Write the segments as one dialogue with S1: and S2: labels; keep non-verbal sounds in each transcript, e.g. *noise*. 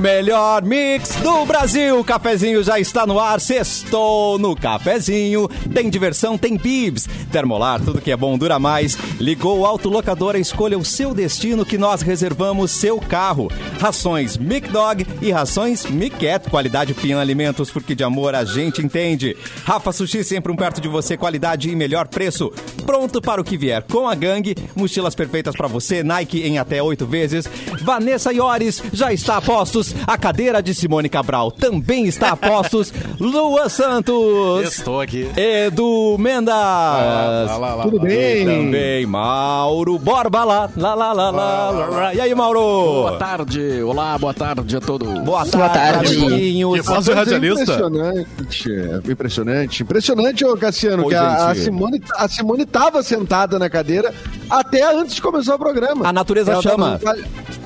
S1: melhor mix do Brasil. O cafezinho já está no ar. Sextou no cafezinho. Tem diversão, tem bibs. Termolar, tudo que é bom dura mais. Ligou o autolocador, escolha o seu destino que nós reservamos seu carro. Rações Mic Dog e rações Mic Cat. Qualidade Pina Alimentos, porque de amor a gente entende. Rafa Sushi, sempre um perto de você. Qualidade e melhor preço. Pronto para o que vier com a gangue. Mochilas perfeitas para você. Nike em até oito vezes. Vanessa Iores já está a postos. A cadeira de Simone Cabral também está a postos.
S2: *laughs*
S1: Lua Santos.
S2: Estou aqui.
S1: Edu Mendas.
S3: Tudo bem?
S1: Também Mauro Borba lá. Lá, lá, lá, lá, lá, lá. E aí, Mauro?
S2: Boa tarde. Olá, boa tarde a todos.
S1: Boa
S4: Boa tarde.
S1: amiguinhos.
S5: Que voz de radialista?
S3: é Impressionante, é, impressionante, impressionante, ô Cassiano,
S1: Oi,
S3: que a, a
S1: gente.
S3: Simone, a Simone tava sentada na cadeira até antes de começar o programa.
S1: A natureza
S3: Ela
S1: chama.
S3: tava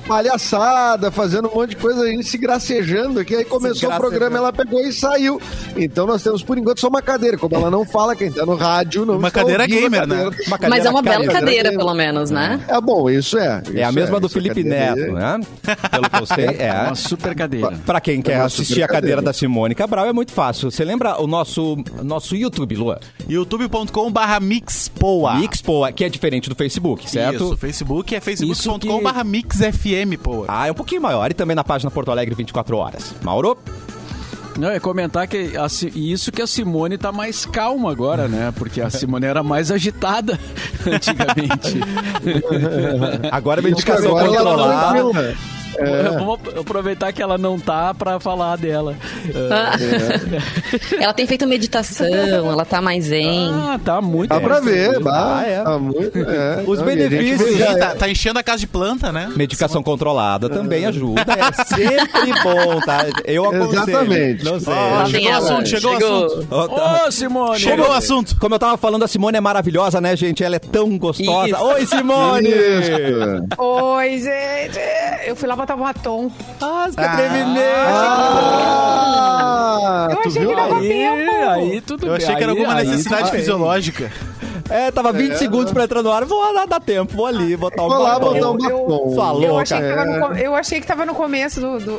S3: Palhaçada, fazendo um monte de coisa aí, se gracejando aqui. Aí começou o
S1: gracejando.
S3: programa, ela pegou e saiu. Então nós temos, por enquanto, só uma cadeira. Como ela não fala, quem tá no rádio não
S5: Uma
S3: está
S5: cadeira
S3: ouvindo a
S5: gamer, né?
S3: cadeira.
S4: Mas é uma bela
S3: careca.
S4: cadeira, pelo menos, né?
S3: É bom, isso é.
S1: É a
S3: isso
S1: mesma
S3: é,
S1: do
S3: isso é
S1: Felipe
S3: cadeira
S1: Neto,
S3: aí. É
S1: né? Pelo que eu
S3: *laughs*
S1: sei, é.
S2: Uma super cadeira.
S1: Pra quem quer
S3: uma
S1: assistir
S3: super
S1: a cadeira
S3: cadeira.
S1: da Simone Cabral é muito fácil. Você lembra o nosso, nosso YouTube, Lua?
S5: youtube.com barra mixpoa.
S1: Mixpoa, que é diferente do Facebook, certo?
S5: Isso, Facebook é
S1: Isso que-
S5: facebook.com barra mixfm, poa.
S1: Ah, é um pouquinho maior e também na página Porto Alegre 24 horas. Mauro?
S2: Não, é comentar que a Si- e isso que a Simone tá mais calma agora, né? Porque a Simone era mais agitada *laughs* antigamente.
S3: *laughs*
S1: Agora é uma
S3: Isso que
S1: indicação
S3: agora ela tá
S1: controlada.
S3: tranquila.
S2: Vamos ap- aproveitar que ela não tá pra falar dela. Ah,
S4: Ela tem feito meditação, ela tá mais zen.
S2: Ah, tá muito.
S3: Dá pra ver, bah,
S1: Ah, é.
S3: tá muito, é.
S1: Os
S3: Não, e a gente
S1: benefícios
S3: já
S5: Ih,
S3: é.
S5: tá, tá enchendo a casa de planta, né?
S1: Medicação controlada também ajuda. É sempre
S3: *laughs*
S1: bom, tá? Eu aconselho.
S3: Exatamente.
S1: Não sei.
S5: Ó,
S4: Lá
S5: chegou
S4: vem
S5: o
S4: ela.
S5: assunto, chegou o assunto.
S1: Ó, tá-
S2: Ô, Simone!
S5: Chegou o assunto.
S1: Como eu tava falando, a Simone é maravilhosa, né, gente? Ela é tão gostosa.
S4: Isso.
S1: Oi, Simone!
S3: Isso.
S6: Oi, gente. Eu fui lá botar um batom.
S1: Ah, que atrevimento!
S3: Ah,
S6: Eu
S3: tu
S6: achei
S3: viu
S6: que dava
S3: aí?
S2: Aí,
S6: tempo.
S2: aí tudo bem.
S5: Eu achei que era
S2: Aí-
S5: alguma
S2: aí
S5: necessidade
S2: tudo bem.
S5: fisiológica.
S1: É, tava 20 segundos pra entrar no ar. Vou lá dar tempo, vou ali, botar um
S3: né? Vou lá
S1: batom.
S3: botar um
S6: Eu-
S3: batom.
S1: Falou,
S6: Eu achei, que
S1: cara.
S6: tava no, co- eu achei que tava no começo do. do,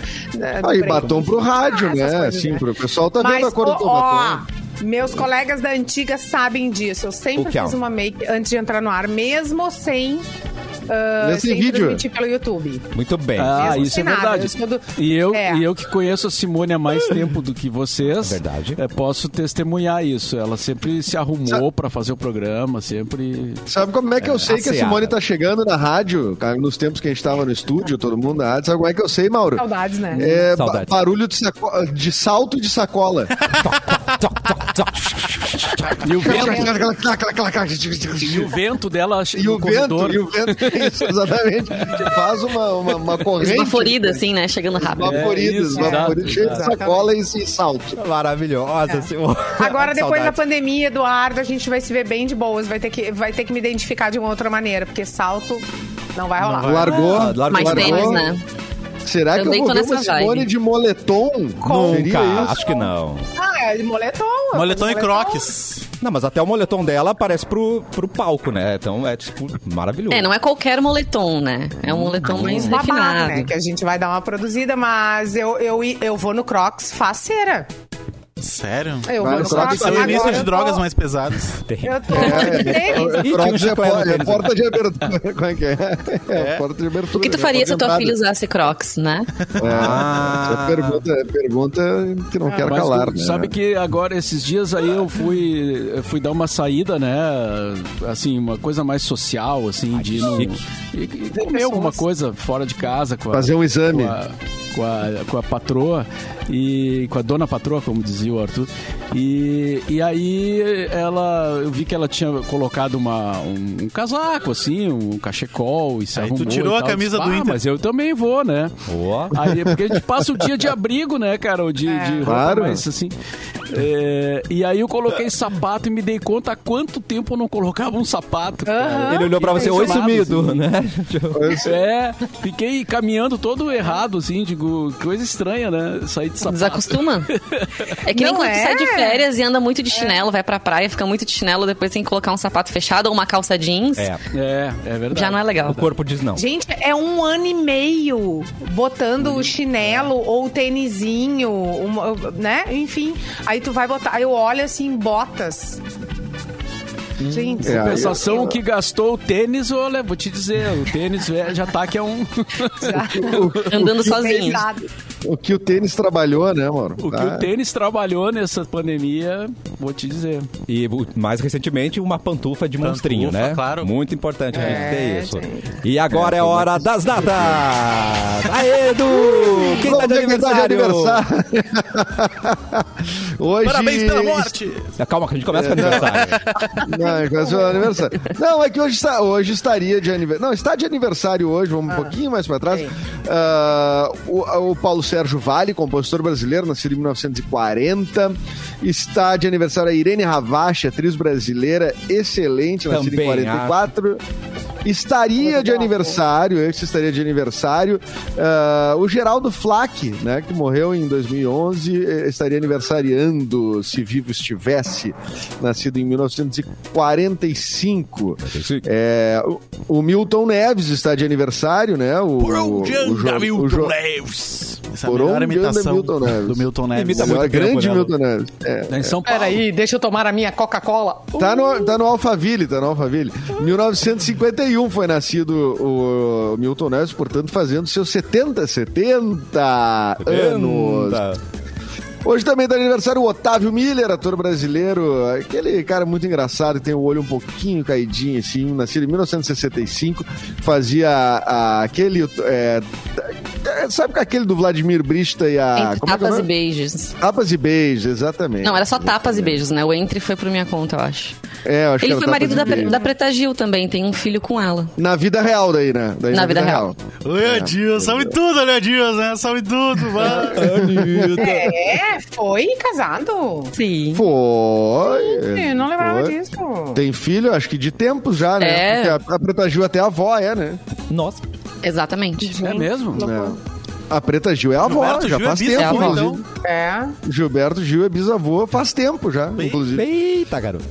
S6: *laughs* da- do
S3: Aí,
S6: break.
S3: batom pro rádio,
S6: Ah, essas
S3: né?
S6: coisas,
S3: Assim,
S6: né?
S3: pro pessoal tá
S6: Mas,
S3: vendo a cor do
S6: ó,
S3: teu
S6: ó,
S3: batom.
S6: meus colegas da antiga sabem disso. Eu
S1: O
S6: sempre
S1: que é?
S6: fiz uma make antes de entrar no ar, mesmo sem. ah,
S3: Mesmo sem vídeo?
S6: transmitir pelo YouTube.
S1: Muito bem.
S2: Ah,
S6: Mesmo
S2: isso
S6: sem
S2: é
S6: nada,
S2: verdade.
S6: eu sou do-
S2: E, eu,
S6: É.
S2: e eu que conheço a Simone há mais tempo do que vocês.
S1: É verdade.
S2: eh, posso testemunhar isso. Ela sempre se arrumou pra fazer o programa, sempre.
S3: Sabe como é que eu sei que a
S1: asseada.
S3: Simone tá chegando na rádio? cara, Nos tempos que a gente tava no estúdio, todo mundo na rádio. Sabe como é que eu sei, Mauro?
S6: Saudades, né?
S3: É,
S1: Saudades.
S3: ba- barulho de, saco- de salto de sacola.
S2: E o vento, e o
S3: e
S2: vento dela che-
S3: o
S2: no corredor.
S3: vento, e o vento, *laughs* isso, exatamente. Faz uma, uma, uma corrente.
S4: Esbaforida, assim, né? Chegando rápido.
S3: Esbaforida,
S2: É, isso,
S3: esbaforida,
S2: exato,
S3: cheio de
S2: exato.
S3: sacola e e salto.
S1: É Maravilhosa, Simone. *laughs*
S6: É. *laughs* Agora,
S1: Que
S6: depois da
S1: saudade.
S6: pandemia, Eduardo, a gente vai se ver bem de boas. Vai ter que, vai ter que me identificar de uma outra maneira, porque salto não vai rolar.
S3: Largou,
S1: Ah, largou.
S4: Mais
S1: Largou.
S4: tênis, né?
S3: Será que eu
S4: Também
S3: vou
S4: tô
S3: ver uma
S4: nessa vibe.
S3: Simone de moletom? Seria
S1: Nunca,
S3: isso?
S1: acho que não.
S6: Ah, é de moletom. eu
S5: Moletom
S6: fiz
S5: e croques.
S1: Não, mas até o moletom dela parece pro, pro palco, né? Então é, tipo, maravilhoso.
S4: É, não é qualquer moletom, né? É um moletom mais
S6: Babado, né?
S4: refinado.
S6: Que a gente vai dar uma produzida, mas eu, eu, eu vou no Crocs faceira.
S5: Sério?
S6: Eu
S3: Vai
S6: vou
S3: no
S6: no
S3: Crocs,
S6: Crocs.
S5: Isso é o
S6: agora
S5: início de
S6: eu
S5: drogas
S6: tô-
S5: mais pesadas.
S6: Eu tô de tênis.
S3: É,
S1: Ih, tinha um
S3: Crocs é,
S1: chiclete
S3: por-
S1: no
S3: é
S1: tênis,
S3: porta de abertura. Como é que é? É, porta de abertura.
S4: O que tu faria se a tua filha
S3: usar?
S4: usasse Crocs, né?
S3: É, pergunta, é pergunta que não quero
S2: Ah. Mas tu
S3: calar, né?
S2: Sabe que agora, esses dias aí, eu fui, eu fui dar uma saída, né? Assim, uma coisa mais social, assim, de ir num, e, e comer alguma coisa fora de casa. Com a-
S3: Fazer um exame.
S2: Com a, com a, com a patroa e com a dona patroa, como dizia o Arthur. E, e aí ela, eu vi que ela tinha colocado uma, um, um casaco, assim, um cachecol e se
S5: Aí tu
S2: arrumou
S5: tirou
S2: e
S5: a
S2: tal.
S5: camisa
S2: Disse,
S5: do
S2: "Ah,
S5: Inter."
S2: Mas eu também vou, né?
S1: Ó.
S2: Aí, porque a gente passa o dia de abrigo, né, cara? Ou de, de roupa
S3: Claro.
S2: mais assim. É, e aí eu coloquei sapato e me dei conta há quanto tempo eu não colocava um sapato. cara.
S1: Ele olhou pra
S4: é
S1: você, oi
S2: Isolado,
S1: sumido, né?
S2: é, fiquei caminhando todo errado, assim, digo, coisa assim, estranha, né? Saí de sapato.
S4: Desacostuma. É que nem
S6: Não
S4: quando tu
S6: é?
S4: sai de férias e anda muito de chinelo, vai pra praia, fica muito de chinelo, depois tem que colocar um sapato fechado ou uma calça jeans.
S1: É,
S2: É, é verdade.
S4: Já não é legal.
S1: o corpo diz não.
S6: Gente, é um ano e meio botando o chinelo ou o tênisinho, uma- né? Enfim, aí tu vai botar, aí eu olho assim, botas. Gente,
S3: É, aí
S4: assim,
S2: Compensação que gastou o tênis, olha, vou te dizer, o tênis é, já tá que é um. *laughs*
S3: *laughs*
S4: Andando sozinho.
S6: pesado.
S3: O que o tênis trabalhou, né, mano?
S2: O que o tênis trabalhou nessa pandemia, vou te dizer.
S1: E o- mais recentemente, uma pantufa de monstrinho, né?
S5: claro.
S1: Muito importante a
S3: É,
S1: gente ter isso.
S6: gente.
S1: E agora é, hora das
S3: *laughs*
S1: datas! Aê, Edu! Quem tá de
S3: Vamos ver quem tá de
S1: aniversário?
S3: aniversário. *laughs* Hoje...
S5: Parabéns pela morte!
S1: Calma, que a gente começa
S3: É.
S1: com aniversário.
S3: Não, é quase o aniversário. Não, é que hoje, está, hoje estaria de aniversário. Não, está de aniversário hoje,
S1: Ah,
S3: vamos um pouquinho mais para
S1: é
S3: trás.
S6: sim.
S3: Ah, o, o Paulo Sérgio Vale, compositor brasileiro, nascido em 1940. Está de aniversário a Irene Ravache, atriz brasileira, excelente, nascida
S1: Também
S3: em 44. Estaria de aniversário, esse estaria de aniversário, ah, o Geraldo Flack, né, que morreu em 2011, eh, estaria aniversariando, se vivo estivesse, nascido em 1945.
S1: Esse-
S3: É, o, o Milton Neves está de aniversário, né? O,
S5: Por onde
S3: o, o
S5: anda
S3: Jo- o
S5: Milton
S3: Jo-
S5: Neves? Essa é a
S3: Por
S5: melhor
S3: onde anda
S5: imitação
S3: Milton Neves?
S5: do Milton Neves.
S1: Imita muito.
S3: Melhor,
S1: tempo,
S3: grande
S1: né, Lu?
S3: Milton Neves. É.
S2: Tá em São Paulo.
S6: Peraí, deixa eu tomar a minha Coca-Cola.
S3: Tá no, tá no Alphaville, tá no Alphaville. 1951 foi nascido o Milton Neves, portanto, fazendo seus 70, 70
S1: tá
S3: anos. Hoje também tá de aniversário o Otávio Miller, ator brasileiro. Aquele cara muito engraçado, que tem o olho um pouquinho caidinho, assim. Nascido em 1965. Fazia a- aquele... é, é, sabe aquele do Vladimir Brista e a...
S4: Entre
S3: como é que é
S4: tapas
S3: o
S4: e
S3: nome?
S4: beijos.
S3: Tapas e beijos, exatamente.
S4: Não, era só tapas e beijos, né? O entre foi por minha conta, eu acho.
S3: É, eu acho que
S4: Ele
S3: era
S4: foi
S3: Tapas
S4: marido
S3: e
S4: da, Pre-
S3: Beijos.
S4: da Preta Gil também, tem um filho com ela.
S3: Na vida real daí, né? Daí
S4: Na vida real.
S5: Léo Dias, salve tudo, Léo Dias, né? Salve tudo, vai.
S6: É, foi casado.
S4: Sim.
S3: Foi.
S6: Eu não lembrava
S3: É, foi.
S6: disso.
S3: Tem filho, acho que de tempos já, né?
S4: É.
S3: Porque a, a Preta Gil até a avó é, né?
S1: Nossa.
S4: Exatamente.
S2: É mesmo?
S3: É. A Preta Gil é a avó,
S5: Gilberto
S3: já
S5: Gil é
S3: faz
S5: bisavô,
S3: tempo,
S4: então.
S3: inclusive.
S6: É.
S3: Gilberto Gil é bisavô faz tempo já, inclusive.
S1: Eita, garoto.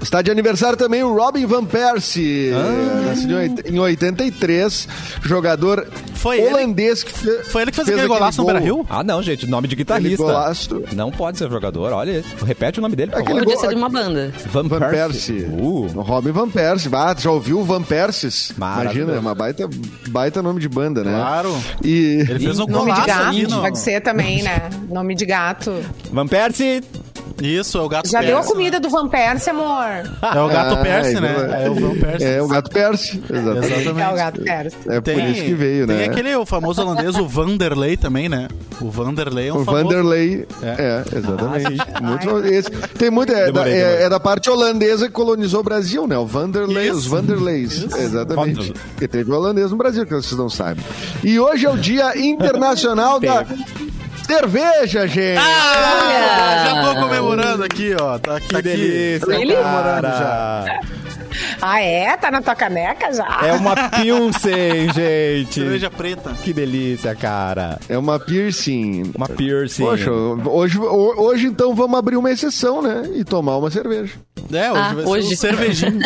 S3: Está de aniversário também o Robin Van Persie,
S5: Ah.
S3: nascido em oit- em 83, jogador
S5: Foi ele-
S3: holandês que fe-
S5: Foi ele que fez aquele golaço no
S3: gol.
S5: Beira-Rio?
S1: Ah, não, gente, nome de
S3: Aquele
S1: guitarrista.
S3: golaço. É
S1: Não pode ser jogador, olha. Repete o nome dele, por
S3: Aquele
S1: favor.
S4: Podia
S3: go-
S4: ser de uma banda.
S1: Van,
S3: Van Persie.
S1: Persie.
S3: O
S1: Uh,
S3: Robin Van Persie. Ah, tu já ouviu o Van Persis?
S1: Maravilhoso.
S3: Imagina, é uma baita, baita nome de banda, né?
S5: Claro.
S3: E...
S5: Ele fez um
S6: Nome de
S5: golaço ali,
S6: gato,
S5: no...
S6: pode ser também, né? Nome de gato.
S1: Van Persie.
S3: Tá
S5: Isso, é o gato
S6: Já deu a
S5: Percy,
S6: comida do Van Persie, amor.
S5: né? É o gato
S3: Ah,
S5: Percy,
S3: então
S5: né? É o Van Percy.
S3: É o gato Percy, exatamente.
S5: Exatamente.
S6: É o gato Persie.
S3: É por isso que veio,
S5: tem
S3: né?
S5: aquele o famoso holandês, o Vanderlei também, né? O Vanderlei é um
S3: O
S5: famoso...
S3: Vanderlei. É, exatamente. Muito- esse- tem muito. É,
S1: Demorei,
S3: da, é-
S1: demorei.
S3: é da parte holandesa que colonizou o Brasil, né? O Vanderlei,
S5: Isso.
S3: os Vanderleis. Exatamente.
S1: Vanderlei.
S3: Porque teve holandês no Brasil, que vocês não sabem. E hoje é o Dia Internacional da Cerveja, gente!
S5: Ah, já tô comemorando aqui, ó. Tá aqui,
S1: Que delícia,
S5: Tá
S1: Ele?
S5: comemorando já.
S6: Ah, é? Tá na tua caneca já?
S1: É uma
S3: *laughs*
S1: Pilsen, gente.
S5: Cerveja preta.
S1: Que delícia, cara.
S3: É uma piercing.
S1: Uma Pilsen.
S3: Poxa, hoje, ho- hoje então vamos abrir uma exceção, né? E tomar uma cerveja.
S5: É, hoje
S4: Ah,
S5: vai ser
S4: hoje.
S3: um
S5: o cervejinho.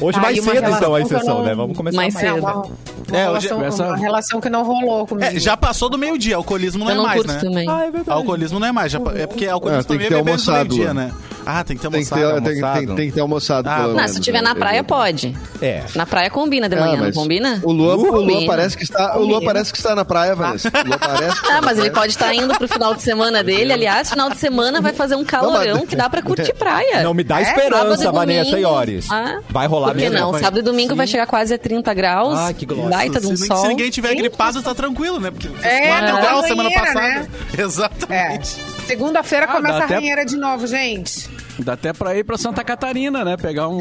S1: Hoje
S6: Aí
S1: mais
S6: uma
S1: cedo, então, a
S6: relação que eu
S1: exceção,
S6: não-
S1: né? Vamos começar
S4: Mais
S6: É,
S4: cedo.
S6: uma, uma
S5: É, hoje-
S6: relação,
S2: essa-
S6: uma relação que não rolou comigo.
S5: *laughs* É, já passou do meio-dia, alcoolismo não
S4: Eu
S5: é
S4: não
S5: mais,
S4: curto
S5: né?
S4: também.
S1: Ah, é verdade.
S5: Alcoolismo não é mais, já pa- é porque
S3: Ah,
S5: alcoolismo
S3: tem que
S5: também é
S3: ter
S5: bebendo do
S3: almoçado.
S5: meio-dia, né? Ah, tem que ter
S3: Tem que,
S5: almoçado.
S3: ter, tem,
S1: almoçado.
S3: tem- tem que ter almoçado.
S5: Ah,
S3: pelo
S5: não,
S4: Não,
S3: menos,
S4: se tiver
S3: né?
S4: na praia, pode.
S1: É.
S4: Na praia combina de
S3: Ah,
S4: manhã, não
S3: mas
S4: combina?
S3: O Lua, o Lua
S4: Combina.
S3: parece que está, o Lua
S6: Combina.
S3: parece que está na praia, Vanessa. O
S4: *laughs*
S3: Lua parece que está
S4: Tá,
S3: na
S4: mas ele
S3: praia.
S4: pode estar indo pro final de semana dele. Aliás, final de semana vai fazer um calorão que dá pra curtir praia.
S1: Não me dá
S4: É, sábado
S1: esperança,
S4: e
S1: Vanessa
S4: domingo.
S1: Iores.
S4: Ah,
S1: Vai rolar
S4: Por que
S1: mesmo.
S4: não? Sábado e domingo vai chegar quase a 30 graus.
S1: Ai, que glória.
S6: tá
S4: Baita de um
S5: se,
S4: sol.
S5: se ninguém tiver gripado, tá tranquilo, né? Porque
S6: É,
S5: 4
S6: tá
S5: graus
S6: na
S5: semana
S6: banheira,
S5: passada.
S6: né?
S5: Exatamente.
S6: Segunda-feira
S2: Ah,
S6: começa
S2: dá
S6: a
S2: até-
S6: ranheira de novo, gente.
S2: Dá até pra ir pra Santa Catarina, né? Pegar um.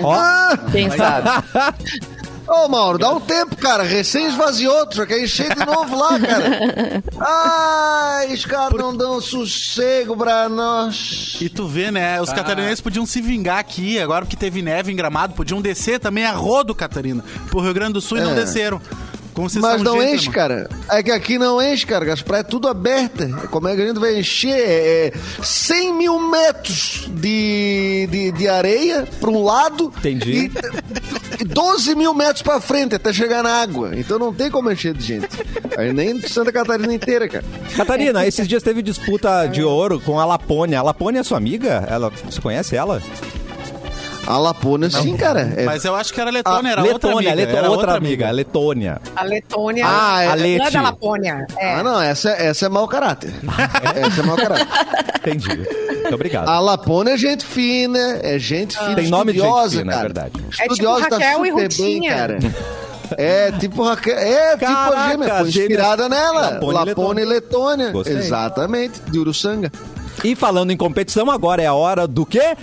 S4: Quem sabe?
S3: Ô, Mauro, dá um tempo, cara. Recém esvaziou, tu já quer encher de novo
S4: *laughs*
S3: lá, cara. Ai, os caras não dão sossego pra nós.
S5: E tu vê, né? Os catarinenses podiam se vingar aqui, agora porque teve neve em Gramado, podiam descer também a rodo, Catarina, pro Rio Grande do Sul e não
S3: É.
S5: desceram. Concessão
S3: Mas não
S5: gentleman.
S3: enche, cara. É que aqui não enche, cara. Gaspar é tudo aberta. Como é que a gente vai encher? É é 100 mil metros de, de, de areia para um lado.
S1: Entendi.
S3: E, e 12 mil metros para frente até chegar na água. Então não tem como encher de gente. Aí nem de Santa Catarina inteira, cara.
S1: Catarina, esses dias teve disputa de ouro com a Lapônia. A Lapônia é sua amiga? Ela, você conhece ela?
S3: A Lapônia, sim, cara. É-
S5: Mas eu acho que era Letônia, era outra
S1: Ah, Letônia,
S5: amiga.
S1: Leto-
S5: era
S1: outra amiga, Letônia.
S6: A Letônia.
S3: Ah, é-
S6: a
S1: Leti.
S6: da Lapônia. É.
S3: Ah, não, essa, essa é mau caráter. essa é mau caráter.
S1: Entendi. Muito obrigado.
S3: A Lapônia é gente fina, é gente fina.
S1: Ah. Tem nome de gente
S3: estudiosa,
S1: fina, é
S3: cara.
S1: verdade. É
S6: tipo
S3: Estudiosa tá
S6: Raquel e
S3: super bem,
S6: Rutinha.
S3: cara. É, tipo Raquel. É, tipo
S1: Caraca,
S3: a gêmea. Foi
S1: gêmeas-
S3: inspirada nela.
S1: Lapônia e
S3: Lapônia, e Letônia.
S1: Gostei.
S3: Exatamente. De Uruçanga.
S1: E falando em competição, agora é a hora do quê?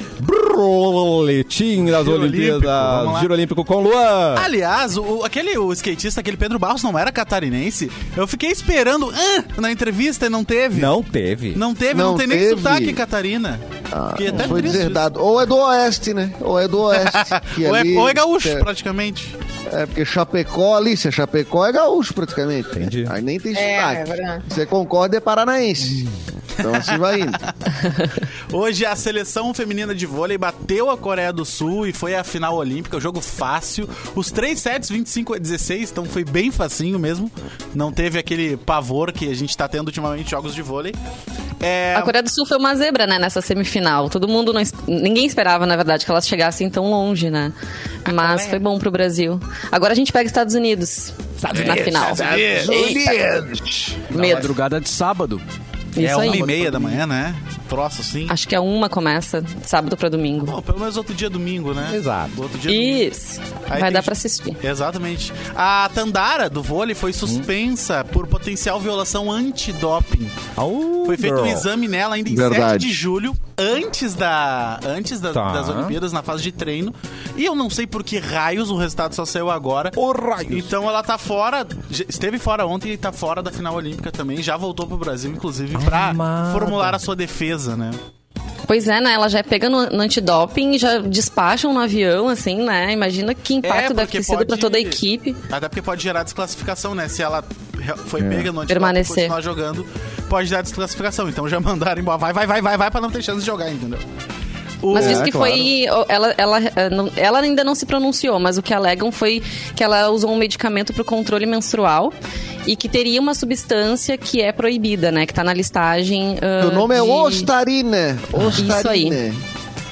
S1: Boletim das
S5: Giro Olímpico, vamos
S1: Olimpíadas.
S5: lá. Ah,
S1: Giro Olímpico com Luan.
S5: Aliás, o, aquele o skatista, aquele Pedro Barros, não era catarinense? Eu fiquei esperando ah, na entrevista e não teve.
S1: Não teve.
S5: Não teve, não,
S3: Não
S5: tem nem
S3: teve.
S5: sotaque, Catarina. Fiquei até
S3: Foi
S5: triste.
S3: deserdado. Ou é do Oeste, né? Ou é do Oeste.
S1: *laughs*
S3: que
S5: Ou é,
S3: ali-
S5: ou é gaúcho,
S3: É,
S5: praticamente.
S3: é, porque Chapecó ali, se é Chapecó, é gaúcho praticamente.
S1: Entendi.
S3: Aí nem tem
S6: É, é
S3: sotaque.
S6: verdade.
S3: Você concorda, é paranaense.
S1: Hum.
S3: Então assim vai
S1: *laughs*
S3: indo.
S5: Hoje a seleção feminina de vôlei bateu a Coreia do Sul e foi à final olímpica, jogo fácil. Os três sets, 25 a 16, então foi bem facinho mesmo. Não teve aquele pavor que a gente tá tendo ultimamente em jogos de vôlei. É,
S4: A Coreia do Sul foi uma zebra, né, nessa semifinal. Todo mundo não. es- Ninguém esperava, na verdade, que elas chegassem tão longe, né? Mas foi bom pro Brasil. Agora a gente pega Estados Unidos na final.
S1: É,
S2: Na
S4: Medo.
S2: madrugada de sábado.
S5: é
S4: Isso
S5: uma e
S4: aí.
S5: meia da manhã, né? Troço assim.
S4: Acho que a uma começa, sábado pra domingo.
S5: Bom, pelo menos outro dia é domingo, né?
S1: Exato.
S5: Outro dia é domingo.
S4: Isso.
S5: Aí
S4: Vai
S5: tem
S4: dar
S5: que-
S4: pra assistir.
S5: Exatamente. A Tandara do vôlei foi suspensa por potencial violação antidoping.
S1: Au,
S5: Foi feito
S1: girl.
S5: um exame nela ainda em
S3: Verdade.
S5: 7 de julho, antes, da, antes da-
S1: Tá.
S5: das Olimpíadas, na fase de treino. E eu não sei por que raios o resultado só saiu agora.
S1: Ô, raios.
S5: Então ela tá fora, já esteve fora ontem e tá fora da final olímpica também. Já voltou pro Brasil, inclusive, pra
S1: Amada.
S5: formular a sua defesa, né?
S4: Pois é, né? Ela já pega no, no antidoping, já despacham no avião, assim, né? Imagina que impacto deve
S5: É, porque
S4: ter sido pra
S5: pode-
S4: toda a equipe.
S5: Até porque pode gerar desclassificação, né? Se ela re- foi
S1: É.
S5: pega no antidoping e
S4: Permanecer.
S5: continuar jogando, pode dar desclassificação. Então já *laughs* mandaram embora. Vai, vai, vai, vai, vai pra não ter chance de jogar, entendeu? O-
S4: Mas
S3: É,
S4: diz que foi. Ela, ela, eh, não- ela ainda não se pronunciou, mas o que alegam foi que ela usou um medicamento para o controle menstrual e que teria uma substância que é proibida, né? Que tá na listagem. ah,
S3: Meu nome é
S4: de-
S3: Ostarina.
S4: aí.
S3: Ostarina.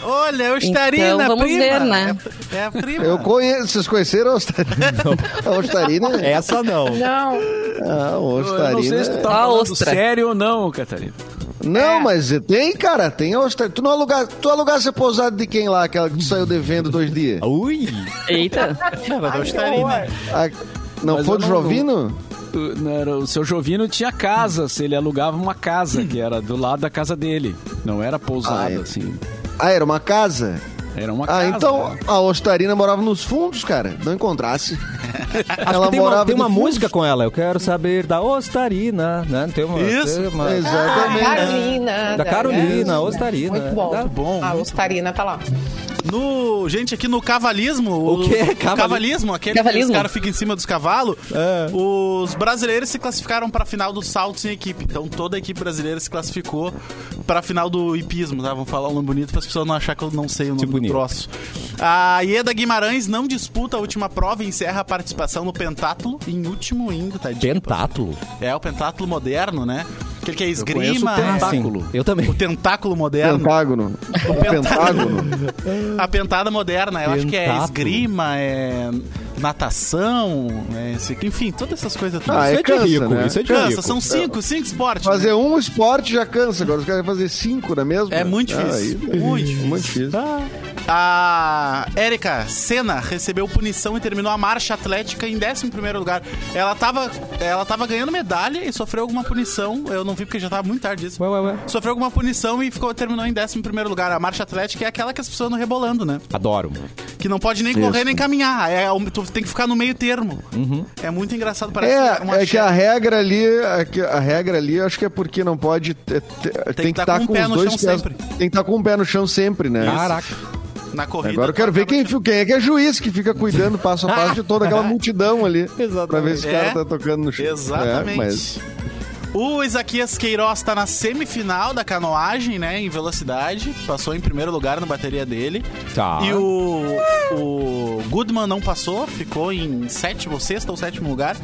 S5: Olha, eu estaria
S4: Então,
S5: na
S4: vamos
S5: prima.
S4: ver, né?
S5: É, é a prima.
S3: Eu conheço, vocês conheceram a Ostarina? A *laughs* Ostarina?
S1: Essa não.
S6: Não,
S3: Ah, o
S2: Eu não sei se tu
S3: Ostarina.
S2: tá
S4: A
S2: falando
S4: ostra.
S2: sério ou não, Catarina.
S3: Não, mas tem, cara, tem a Ostarina. Tu não alugasse, tu alugasse a pousada de quem lá, aquela que tu saiu devendo dois dias?
S1: Ui. É,
S4: Eita!
S5: Era da Ostarina.
S3: A- Ah, não
S2: Mas
S3: foi
S2: eu
S3: do
S2: não-
S3: Jovino?
S2: O- não né, era- O seu Jovino tinha casa, se ele alugava uma casa, que era do lado da casa dele. Não era
S3: Ah, é.
S2: pousada, assim.
S3: Ah, era uma casa?
S2: Era uma
S3: Ah,
S2: casa.
S3: então
S2: né?
S3: a Ostarina morava nos fundos, cara. Não encontrasse.
S1: Acho que tem uma, tem
S3: no
S1: uma
S3: fundo.
S1: música com ela. Eu quero saber da Ostarina. Né? Tem uma,
S5: Isso.
S1: tem uma-
S3: Exatamente. É.
S6: Carolina.
S1: Da Carolina, Ostarina.
S6: Muito bom.
S1: Tá
S5: bom,
S6: A
S5: muito
S6: Ostarina tá lá.
S5: No, gente, aqui no cavalismo.
S1: O quê?
S5: o
S1: Cavali-
S5: cavalismo, aquele
S4: Cavalismo?
S5: que os caras ficam em cima dos cavalos.
S1: É.
S5: Os brasileiros se classificaram pra final dos saltos em equipe. Então toda a equipe brasileira se classificou pra final do hipismo, tá? Vamos falar um nome bonito para as pessoas não acharem que eu não sei o nome
S1: Tipo
S5: do
S1: bonito.
S5: troço. A Ieda Guimarães não disputa a última prova e encerra a participação no pentátulo em último ainda, tá?
S1: Tentáculo.
S5: É o pentátulo moderno, né? Aquele que é
S2: conheço
S5: esgrima.
S2: o
S1: Ah, sim.
S2: Tentáculo.
S1: Eu também.
S5: O tentáculo moderno.
S3: Pentágono. O Pentágono.
S5: A pentada moderna, eu acho que é
S1: Pentáculo.
S5: esgrima, é natação, é esse- enfim, todas essas coisas. tudo.
S3: Ah, é
S1: isso é de
S3: cansa,
S1: rico.
S3: né?
S1: Isso é de
S5: Cansa,
S1: rico.
S5: são cinco, cinco esportes.
S3: Fazer
S5: né?
S3: um esporte já cansa, agora os caras vão fazer cinco, não é mesmo?
S5: É muito
S3: Ah,
S5: difícil.
S3: aí-
S5: muito difícil.
S3: Muito difícil.
S5: A Érica Senna recebeu punição e terminou a marcha atlética em 11 lugar. Ela tava, ela tava ganhando medalha e sofreu alguma punição. Eu não vi porque já tava muito tarde isso.
S1: Ué, ué, ué.
S5: Sofreu alguma punição e ficou, terminou em 11 lugar. A marcha atlética é aquela que as pessoas não rebolando, né?
S1: Adoro.
S5: Que não pode nem correr nem caminhar. É, o- tu tem que ficar no meio termo. É muito engraçado. Parece uma
S3: Uhum. É, é que a
S5: chefe.
S3: regra ali, é que a regra ali, eu acho que é porque não pode. é, te- tem,
S5: que
S3: que
S5: tá
S3: estar
S5: com
S3: com,
S5: o pé
S3: os
S5: no
S3: dois
S5: chão
S3: pés. tá
S5: sempre.
S3: Tem que estar com o pé no chão sempre, né?
S1: Caraca.
S5: na corrida. tá
S3: Agora eu quero ver quem, fi- quem é que é juiz que fica cuidando passo a passo de toda aquela multidão ali. Exatamente. Pra ver se o cara
S5: É.
S3: tá tocando no chão.
S5: Exatamente.
S3: É, mas
S5: O Isaquias Queiroz tá na semifinal da canoagem, né? Em velocidade. Passou em primeiro lugar na bateria dele.
S1: Tá.
S5: E o, o Goodman não passou, ficou em sétimo, sexto ou sétimo lugar.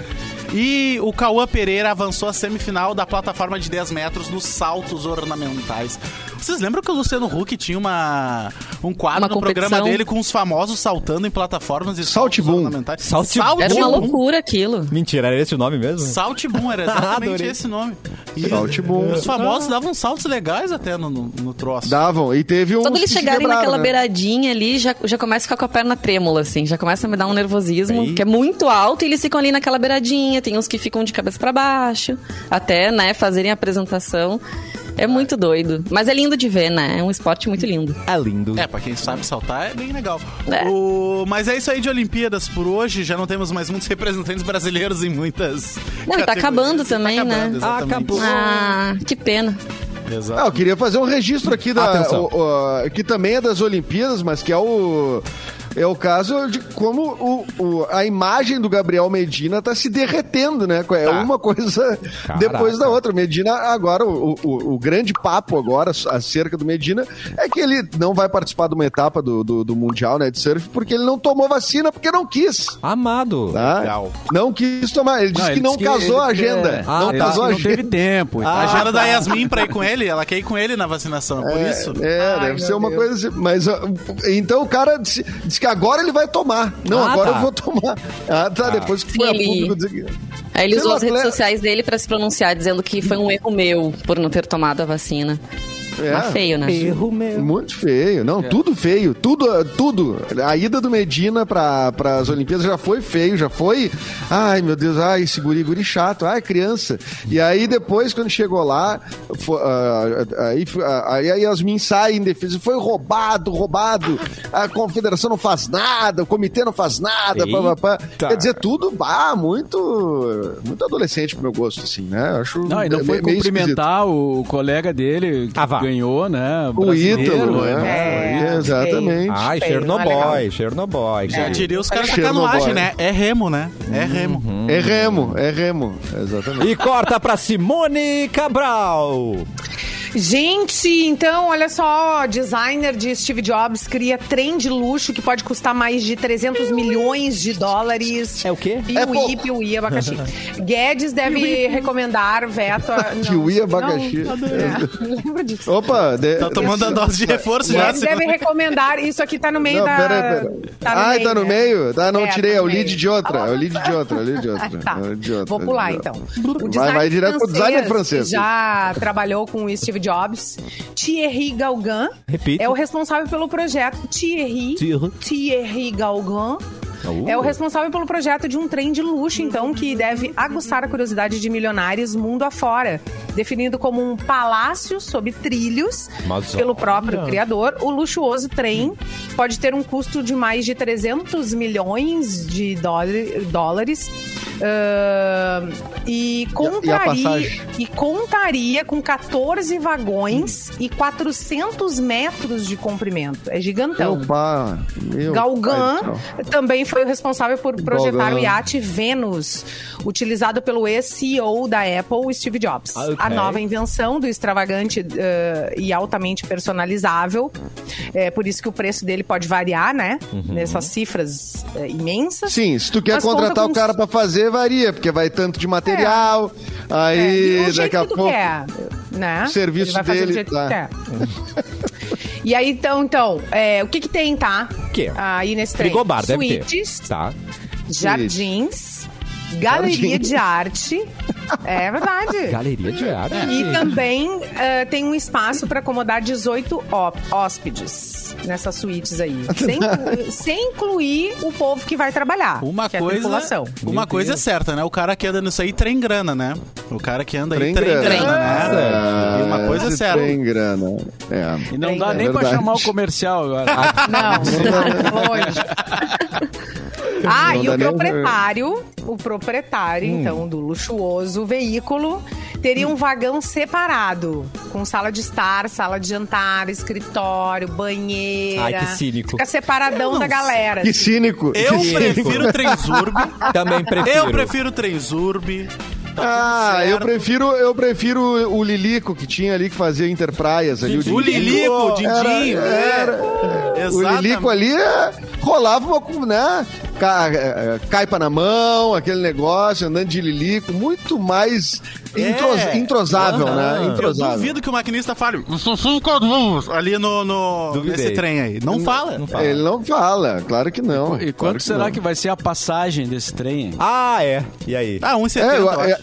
S5: E o Cauã Pereira avançou a semifinal da plataforma de 10 metros nos saltos ornamentais. Vocês lembram que o Luciano Huck tinha uma, um quadro
S4: Uma
S5: no programa
S4: competição.
S5: dele com os famosos saltando em plataformas e
S3: Saltboom.
S5: saltos ornamentais?
S1: Saltboom.
S3: É
S4: Era uma
S5: Saltboom.
S4: loucura aquilo.
S1: Mentira, era esse o nome mesmo?
S5: Saltboom era exatamente
S1: Adorei.
S5: esse nome. E
S3: Saltboom.
S5: Os famosos davam saltos legais até no, no, no troço.
S3: davam. E teve um.
S4: Quando eles chegarem naquela
S3: né?
S4: beiradinha ali, já, já começa a ficar com a perna trêmula, assim. Já começa a me dar um nervosismo,
S1: Aí.
S4: que é muito alto, e eles ficam ali naquela beiradinha. Tem uns que ficam de cabeça pra baixo, até, né, fazerem a apresentação. É muito doido. Mas é lindo de ver, né? É um esporte muito lindo.
S1: É lindo.
S5: É, pra quem sabe saltar é bem legal.
S4: É.
S5: O- Mas é isso aí de Olimpíadas por hoje. Já não temos mais muitos *laughs* representantes brasileiros em muitas.
S4: Não, e tá
S5: categorias.
S4: acabando também, né?
S5: exatamente.
S1: Acabou.
S4: Ah, que pena.
S3: Ah,
S5: Exato.
S3: eu queria fazer um registro aqui da
S1: Atenção.
S3: o- o- que também é das Olimpíadas, mas que é o é o caso de como o- o- a imagem do Gabriel Medina tá se derretendo, né? É
S1: Tá.
S3: uma coisa
S1: Caraca.
S3: depois da outra. O Medina agora o, o- o grande papo agora acerca do Medina é que ele não vai participar de uma etapa do, do- do mundial, né, de surf, porque ele não tomou vacina porque não quis.
S1: Amado.
S3: tá?
S5: Legal.
S3: Não quis tomar. Ele disse
S2: ele
S3: que não
S2: disse
S3: casou a
S2: ele-
S3: agenda.
S2: é,
S1: Ah,
S3: não
S2: ele
S1: tá.
S2: disse
S3: casou
S2: que
S3: a
S2: não teve
S3: agenda.
S2: tempo.
S3: Ah,
S2: então.
S5: A agenda da Yasmin pra ir com ele, ela quer ir com ele na vacinação, é por isso?
S3: tá. É, deve ser uma coisa assim. Mas ó, então o cara disse, disse que agora ele vai tomar. Não,
S1: Ah,
S3: agora
S1: tá.
S3: eu vou tomar. Ah, tá. Depois que foi a
S4: Ele-
S3: público dizer que.
S4: Aí ele
S3: Sei
S4: usou
S3: lá,
S4: as redes
S3: galera.
S4: sociais dele pra se pronunciar, dizendo que foi um erro meu por não ter tomado a vacina.
S3: É.
S4: Mas feio, né?
S3: Muito feio,
S2: É.
S3: não, tudo feio, tudo, ah, tudo. A ida do Medina para as Olimpíadas já foi feio, já foi. Ai, meu Deus, ai, esse guri, guri chato, ai, criança. E aí depois, quando chegou lá, fo- ah, aí, fo- ah, aí a Yasmin sai em defesa, foi roubado, roubado, a confederação não faz nada, o comitê não faz nada, pá, pá, pá.
S1: Eita.
S3: Quer dizer, tudo, ah, muito, muito adolescente pro meu gosto, assim, né? Acho
S2: Não, e não
S3: me-
S2: foi
S3: meio
S2: cumprimentar o colega dele que
S1: Ah, vá.
S2: ganhou, né?
S3: esquisito. O Ítalo,
S2: brasileiro, Ah,
S3: né?
S6: É,
S3: Exatamente.
S1: Ai,
S6: Feio, não é
S1: Chernobyl, Chernobyl.
S5: Já
S1: querido.
S5: diria os caras da
S3: Chernobyl.
S5: canoagem, né? É remo, né? É remo.
S3: É remo, é remo. Exatamente.
S1: E corta pra Simone Cabral.
S6: Gente, então, olha só, designer de Steve Jobs cria trem de luxo que pode custar mais de 300 milhões de dólares.
S1: É o quê?
S6: Piuí,
S3: É pouco.
S1: *laughs*
S6: piuí, abacaxi. Guedes deve recomendar
S3: *laughs*
S6: veto a... não,
S3: Kiwi
S6: não,
S3: abacaxi.
S6: é, não
S3: *laughs*
S6: lembro disso.
S3: Opa, de...
S5: Tá tomando a dose de reforço
S3: é
S5: já.
S6: Guedes deve recomendar, isso aqui tá no meio
S3: Não,
S6: da...
S3: pera, pera. Ai, tá no
S6: né?
S3: meio? Tá, não
S6: É,
S3: tirei,
S6: tá
S3: é o
S6: no
S3: lead
S6: meio.
S3: de outra. É o lead de outra, é o lead de outra.
S6: *laughs* Tá.
S3: é o lead de outra,
S6: Vou pular
S3: é o lead de
S6: então.
S3: outra.
S6: O
S3: Vai, vai direto pro designer francês.
S6: que Já trabalhou com o Steve Jobs. Thierry Galgan
S1: Repita.
S6: é o responsável pelo projeto Thierry.
S1: Thierry.
S6: Thierry Galgan.
S1: Uh.
S6: É o responsável pelo projeto de um trem de luxo, então, que deve aguçar a curiosidade de milionários mundo afora. Definido como um palácio sob trilhos
S1: Mas
S6: pelo próprio criador, o luxuoso trem pode ter um custo de mais de 300 milhões de dólar- dólares. ahn, e, contaria,
S3: passagem?
S6: e contaria com 14 vagões e 400 metros de comprimento. É gigantão.
S3: Meu Então, pá, meu pai
S6: Galgan
S3: do céu.
S6: também foi o responsável por projetar
S3: Galgan.
S6: o iate Venus, utilizado pelo ex-CEO da Apple, Steve Jobs.
S1: Ah, ok.
S6: A nova invenção do extravagante eh, e altamente personalizável. É por isso que o preço dele pode variar, né? Nessas cifras eh, imensas.
S3: Sim, se tu quer
S6: Mas
S3: contratar
S6: conta
S3: o
S6: com
S3: cara
S6: uns-
S3: pra fazer, varia, porque vai tanto de material,
S6: É,
S3: aí
S6: e o jeito
S3: daqui a
S6: que tu
S3: pouco.
S6: quer, né?
S3: o serviço
S6: Ele vai fazer
S3: dele,
S6: do jeito
S3: tá.
S6: que quer. *laughs* E aí, então, então é, o que que tem, tá?
S1: quê?
S6: Aí nesse trem.
S1: Frigobar, deve ter.
S6: Suítes,
S1: Tá.
S6: jardins, galeria
S3: Jardins.
S6: de *laughs* arte. É verdade.
S1: Galeria de arte.
S6: E também eh, tem um espaço para acomodar 18 ó- hóspedes nessas suítes *laughs* aí. Sem, sem incluir o povo que vai trabalhar.
S5: Uma
S6: que é a
S5: coisa,
S6: tripulação.
S5: uma coisa é certa, né? O cara que anda nisso aí trem grana, né? O cara que anda aí
S3: Trem
S5: trem grana,
S3: grana.
S5: né? E uma coisa é
S3: esse
S5: certa.
S3: Tem grana. É.
S2: E não dá
S3: É
S2: nem pra
S3: verdade.
S2: chamar o comercial agora.
S6: Não, longe. tá Ah,
S3: Não
S6: e
S3: dá
S6: o
S3: nem- Hum.
S6: proprietário, o proprietário, então, do luxuoso veículo, teria um vagão separado, com sala de estar, sala de jantar, escritório, banheira.
S1: Ai, que cínico.
S6: Fica separadão da galera. Assim,
S3: Que cínico.
S5: Eu
S3: que cínico.
S5: prefiro
S3: *laughs*
S5: o Transurb.
S1: Também prefiro.
S5: Eu prefiro o Transurb. Tá
S3: Ah,
S5: tudo
S3: eu
S5: certo.
S3: prefiro, eu prefiro o Lilico que tinha ali que fazia Interpraias ali.
S5: O Lilico, o Dindinho.
S3: Era- era-
S5: é.
S3: O
S5: Exatamente.
S3: Lilico ali é, rolava uma, né? ca- é, Caipa na mão, aquele negócio, andando de Lilico, muito mais intros-
S5: É.
S3: introsável, né?
S1: Aham.
S5: Eu
S3: Introsável.
S5: duvido que o maquinista fale. "São cinco anos", Ali no, no
S1: Duvidei.
S5: nesse trem aí. Não fala.
S1: Não fala.
S3: Ele não fala, claro que não.
S2: E
S3: claro
S2: quanto será
S3: não.
S2: que vai ser a passagem desse trem? hein?
S1: Ah, é. E aí?
S5: Ah, 1,70.
S3: É, eu-
S5: eu acho.
S3: é-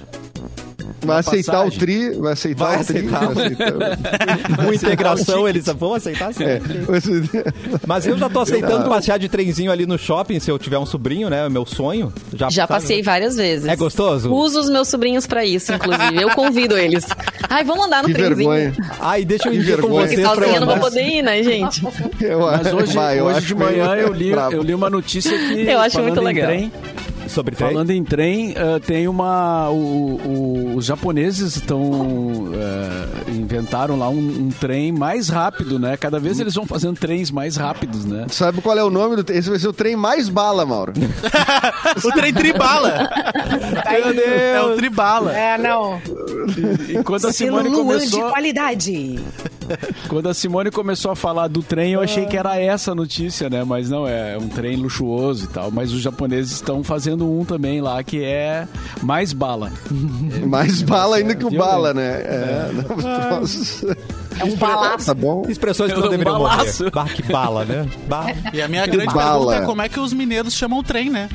S3: Vai aceitar o
S2: passagem.
S3: tri, vai aceitar
S1: Vai
S3: o tri.
S1: aceitar.
S3: vai
S5: *laughs*
S3: aceitar-
S1: Uma integração, eles vão aceitar sim.
S3: é, vai aceitar-
S1: Mas eu já tô aceitando passear de trenzinho ali no shopping, se eu tiver um sobrinho, né? É meu sonho. Já, tá
S4: Já
S1: sabe?
S4: passei várias vezes.
S1: É gostoso?
S4: Uso os meus sobrinhos pra isso, inclusive. Eu convido eles. Ai, vamos andar no
S3: *laughs* Que
S4: trenzinho.
S3: vergonha.
S1: Ai, deixa eu
S3: Que
S1: ir com
S3: vergonha.
S1: vocês.
S4: Porque
S1: pra
S4: sozinha eu não vou
S1: andar.
S4: poder ir, né, *laughs* gente?
S3: Eu
S2: Mas
S3: acho-
S2: hoje,
S3: vai, eu
S2: hoje
S3: acho
S2: de manhã
S3: meio
S2: eu li,
S3: brabo.
S2: eu li uma notícia que.
S4: Eu acho
S2: falando
S4: muito
S2: em
S4: legal.
S2: Trem,
S1: Sobre trem?
S2: falando em trem, eh, tem uma. o- o- os japoneses estão. eh, inventaram lá um, um trem mais rápido, né? Cada vez eles vão fazendo trens mais rápidos, né?
S3: Sabe qual é o nome do trem? Esse vai ser o trem mais bala, Mauro.
S5: O trem
S3: *laughs*
S5: tribala.
S6: Aí-
S5: É o tribala.
S6: É, não.
S2: E quando a
S6: Selo
S2: Simone
S6: Luan de
S2: começou.
S6: qualidade.
S2: Quando a Simone começou a falar do trem, eu achei que era essa a notícia, né? Mas não, é um trem luxuoso e tal. Mas os japoneses estão fazendo um também lá que é mais bala.
S3: Mais bala ainda que o
S2: violento.
S3: bala, né? É, não, nossa.
S6: É um balaço.
S3: Tá bom?
S1: Expressões que
S2: É
S1: não
S2: um
S1: deveriam
S2: balaço.
S1: morrer. Bah, que bala, né? Bah.
S5: E a minha grande
S3: bala.
S5: pergunta é como é que os mineiros chamam o trem, né?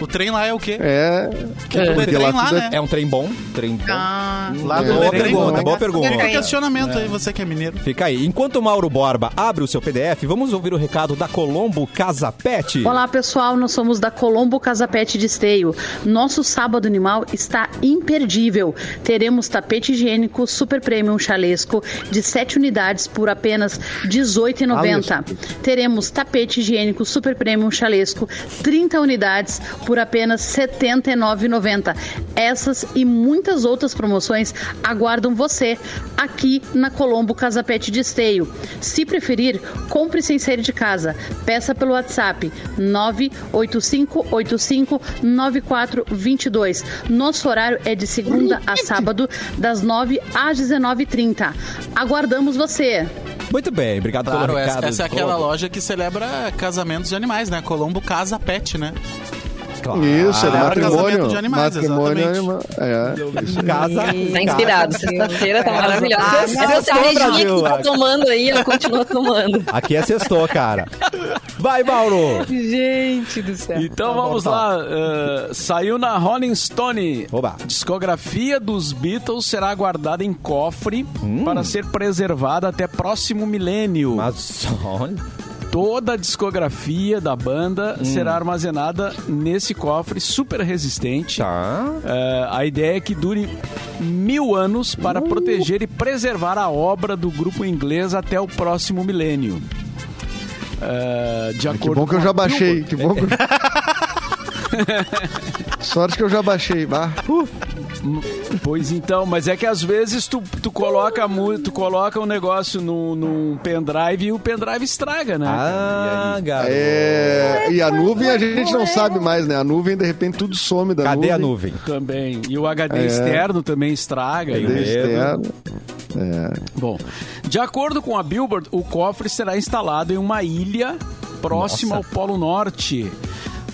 S5: O trem lá é o quê?
S3: É.
S5: Tudo é
S3: porque
S5: trem
S3: lá
S5: lá,
S3: tudo é-
S5: né?
S1: É um trem bom? Trem bom.
S6: Ah,
S5: Lá
S3: É.
S5: do
S1: Boa
S5: trem
S1: pergunta,
S5: bom.
S1: boa
S5: Fica
S1: pergunta.
S5: um questionamento aí, você que é mineiro.
S1: Fica aí. Enquanto o Mauro Borba abre o seu PDF, vamos ouvir o recado da Colombo Casapete.
S7: Olá pessoal, nós somos da Colombo Casapete de Esteio. Nosso sábado animal está imperdível. Teremos tapete higiênico Super Premium Chalesco de 7 unidades por apenas R$ 18,90. Teremos tapete higiênico Super Premium Chalesco 30 unidades por apenas R$ 79,90. Essas e muitas outras promoções aguardam você aqui na Colombo Casapete de Esteio. Se preferir, compre sem sair de casa. Peça pelo WhatsApp 985859422. Nosso horário é de segunda a sábado, das 9 às 19h30. Aguardamos você!
S1: Muito bem, obrigado
S5: Claro,
S1: pelo
S5: essa,
S1: recado.
S5: essa é aquela
S1: Colombo.
S5: loja que celebra casamentos de animais, né? Colombo casa pet, né?
S1: Claro.
S3: Isso, é do
S5: Ah,
S3: matrimônimo.
S5: casamento de animais,
S3: matrimônio animal.
S5: exatamente.
S3: É. isso.
S1: Casa.
S4: Tá inspirado. Sexta-feira tá maravilhosa.
S1: Sextou,
S4: Essa cervejinha que
S1: Brasil.
S4: tu tá tomando aí, ela continua tomando.
S1: Aqui é sextou, cara. Vai, Mauro.
S6: Gente do céu.
S3: Tá
S2: Então vamos lá. eh, saiu na Rolling Stone.
S1: Oba.
S2: Discografia dos Beatles será guardada em cofre
S3: Hum.
S2: para ser preservada até próximo milênio.
S1: Mas olha,
S2: Toda a discografia da banda
S3: Hum.
S2: será armazenada nesse cofre super resistente.
S1: tá.
S2: É, a ideia é que dure mil anos para
S3: Uh.
S2: proteger e preservar a obra do grupo inglês até o próximo milênio. É, de
S3: Que
S2: acordo
S3: bom que
S2: com
S3: eu
S2: a
S3: já baixei.
S2: Billboard-
S3: Que bom que eu... Sorte que eu já baixei. Bah.
S2: Pois então, mas é que às vezes tu, tu coloca mu- tu coloca um negócio no, num pendrive e o pendrive estraga, né?
S1: Ah, garoto.
S3: É, e a nuvem a gente não sabe mais, né? A nuvem, de repente, tudo some da
S1: Cadê a
S3: nuvem.
S1: nuvem?
S2: Também. E o HD externo também estraga.
S1: Tem
S2: né?
S1: medo.
S3: Externo. É.
S2: Bom, de acordo com a Billboard, o cofre será instalado em uma ilha próxima ao Polo Norte,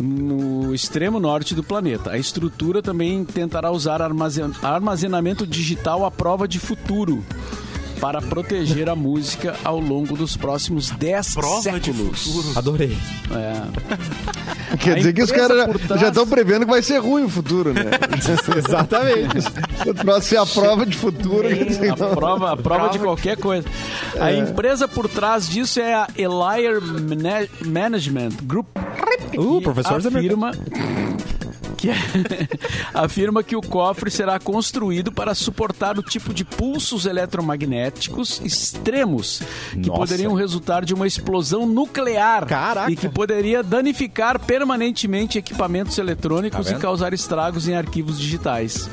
S2: no extremo norte do planeta. A estrutura também tentará usar armazen- armazenamento digital à prova de futuro para proteger a música ao longo dos próximos 10
S5: Prova de
S2: séculos.
S5: futuro.
S1: *laughs* Adorei.
S2: É.
S3: Quer
S2: A
S3: dizer que os
S2: empresa
S3: caras
S2: por
S3: já-
S2: trás-
S3: já estão prevendo que vai ser ruim o futuro, né?
S1: Exatamente.
S3: O troço é a prova de futuro. que assim,
S2: A
S3: não-
S2: prova, a prova de qualquer coisa. A
S5: É.
S2: empresa por trás disso é a Elier Management Group
S1: *laughs* Uh,
S2: que
S1: professor
S2: afirma que é- *laughs* afirma que o cofre será construído para suportar o tipo de pulsos eletromagnéticos extremos que
S1: Nossa.
S2: poderiam resultar de uma explosão nuclear
S1: Caraca.
S2: e que poderia danificar permanentemente equipamentos eletrônicos
S1: Tá
S2: e
S1: vendo?
S2: causar estragos em arquivos digitais.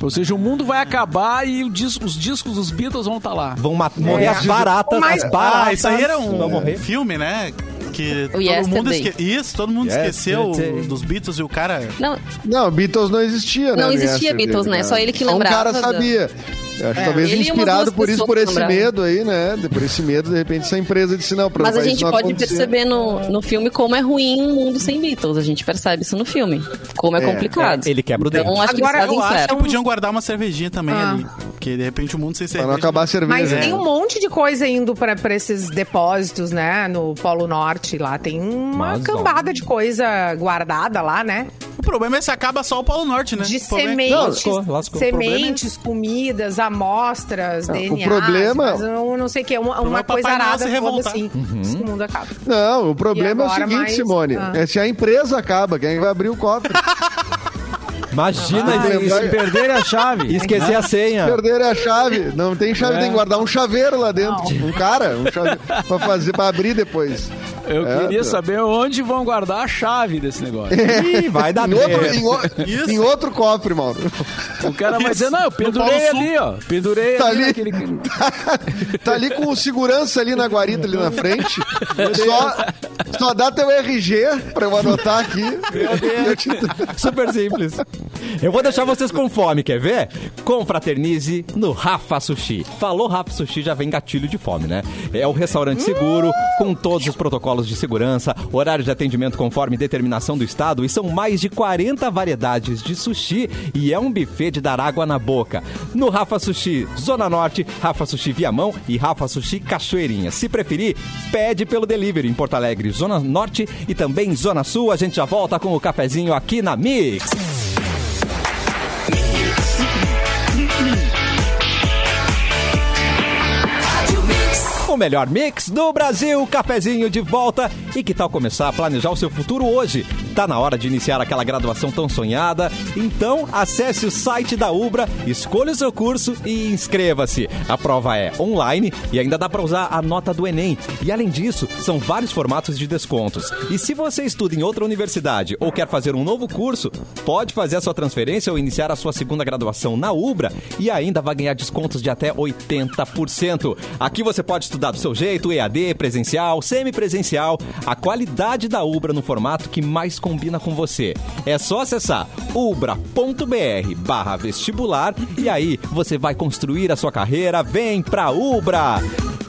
S2: Ou seja, o mundo vai acabar e o dis- os discos dos Beatles vão estar lá.
S1: Vão mat- morrer as baratas,
S6: Mas-
S1: as baratas.
S5: Ah, isso aí era
S1: Vão
S5: um
S1: morrer.
S5: filme, né? Que todo
S4: Yesterday.
S5: mundo esque... Isso, todo mundo esqueceu
S1: Yesterday.
S5: dos Beatles e o cara.
S4: Não,
S3: Não, Beatles não existia, né?
S4: Não
S3: no
S4: existia
S3: SBT,
S4: Beatles, né?
S3: cara.
S4: Só ele que
S3: Só um
S4: lembrava
S3: cara
S4: da-
S3: sabia. Eu Acho que talvez
S4: Ele e umas
S3: inspirado
S4: duas
S3: por isso,
S4: pessoas
S3: por esse
S4: lembravam.
S3: medo aí, né? De- Por esse medo, de repente, essa empresa disse não, pra
S4: mas a
S3: isso
S4: gente
S3: não
S4: pode
S3: acontecer.
S4: perceber no, no filme como é ruim um mundo sem Beatles. A gente percebe isso no filme. Como é,
S3: É,
S4: complicado.
S1: Ele quebra o dedo.
S4: Então acho que eles
S6: Agora,
S4: fazem
S5: Eu acho
S4: certo.
S5: que podiam guardar uma cervejinha também
S6: Ah.
S5: ali. Porque de repente o mundo sem
S3: Pra
S5: cerveja.
S3: não acabar a cerveja.
S6: Mas
S3: né?
S6: tem um monte de coisa indo pra pra esses depósitos, né? No Polo Norte lá. Tem uma
S1: Mas, ó.
S6: cambada de coisa guardada lá, né?
S5: O problema é se acaba só o Polo Norte, né?
S6: De
S5: O problema é-
S1: Não,
S6: sementes,
S1: lascou, lascou.
S6: sementes, comidas, amostras, DNA.
S3: problema-
S6: Não, não sei o que. Uma,
S5: problema
S6: uma
S5: é Papai
S6: coisa
S5: Noel
S6: arada
S5: se
S6: toda
S5: revoltar.
S6: assim. Esse mundo acaba.
S3: Não, o problema
S6: E agora,
S3: é o seguinte,
S6: mas-
S3: Simone.
S6: Ah.
S3: É se a empresa acaba, quem vai abrir
S4: *laughs*
S3: o cofre?
S1: Imagina
S3: Ah,
S1: isso.
S3: eu-
S2: Se perder a chave.
S1: E esquecer a senha.
S3: Perderam é a chave. Não tem chave,
S2: É.
S3: tem que guardar um chaveiro lá dentro. Um cara, um chaveiro, pra fazer, pra abrir depois.
S2: Eu
S3: É,
S2: queria
S3: meu.
S2: saber onde vão guardar a chave desse negócio.
S1: Ih, vai dar
S3: *laughs* Em outro,
S1: merda.
S3: em, o-
S5: Isso.
S3: em outro cofre, Mauro.
S2: O cara vai
S5: Isso,
S2: dizer, não, eu
S5: no
S2: pendurei
S5: Polo Sul.
S2: ali, ó. Pendurei
S3: Tá
S2: ali,
S3: ali.
S2: naquele...
S3: *laughs* Tá ali com o segurança ali na guarita, ali na frente. Só, só dá teu RG pra eu anotar aqui. Eu te-
S1: Super simples. Eu vou deixar vocês com fome, quer ver? Confraternize no Rafa Sushi. Falou Rafa Sushi, já vem gatilho de fome, né? É o restaurante seguro, com todos os protocolos de segurança, horário de atendimento conforme determinação do Estado e são mais de 40 variedades de sushi e é um buffet de dar água na boca. No Rafa Sushi Zona Norte, Rafa Sushi Viamão e Rafa Sushi Cachoeirinha. Se preferir, pede pelo delivery em Porto Alegre, Zona Norte e também Zona Sul. A gente já volta com o cafezinho aqui na Mix. O melhor mix do Brasil, cafezinho de volta. E que tal começar a planejar o seu futuro hoje? Tá na hora de iniciar aquela graduação tão sonhada? Então, acesse o site da Ubra, escolha o seu curso e inscreva-se. A prova é online e ainda dá para usar a nota do Enem. E além disso, são vários formatos de descontos. E se você estuda em outra universidade ou quer fazer um novo curso, pode fazer a sua transferência ou iniciar a sua segunda graduação na Ubra e ainda vai ganhar descontos de até 80%. Aqui você pode estudar do seu jeito, EAD, presencial, semipresencial, a qualidade da Ubra no formato que mais combina com você. É só acessar ubra.br barra vestibular e aí você vai construir a sua carreira. Vem pra Ubra!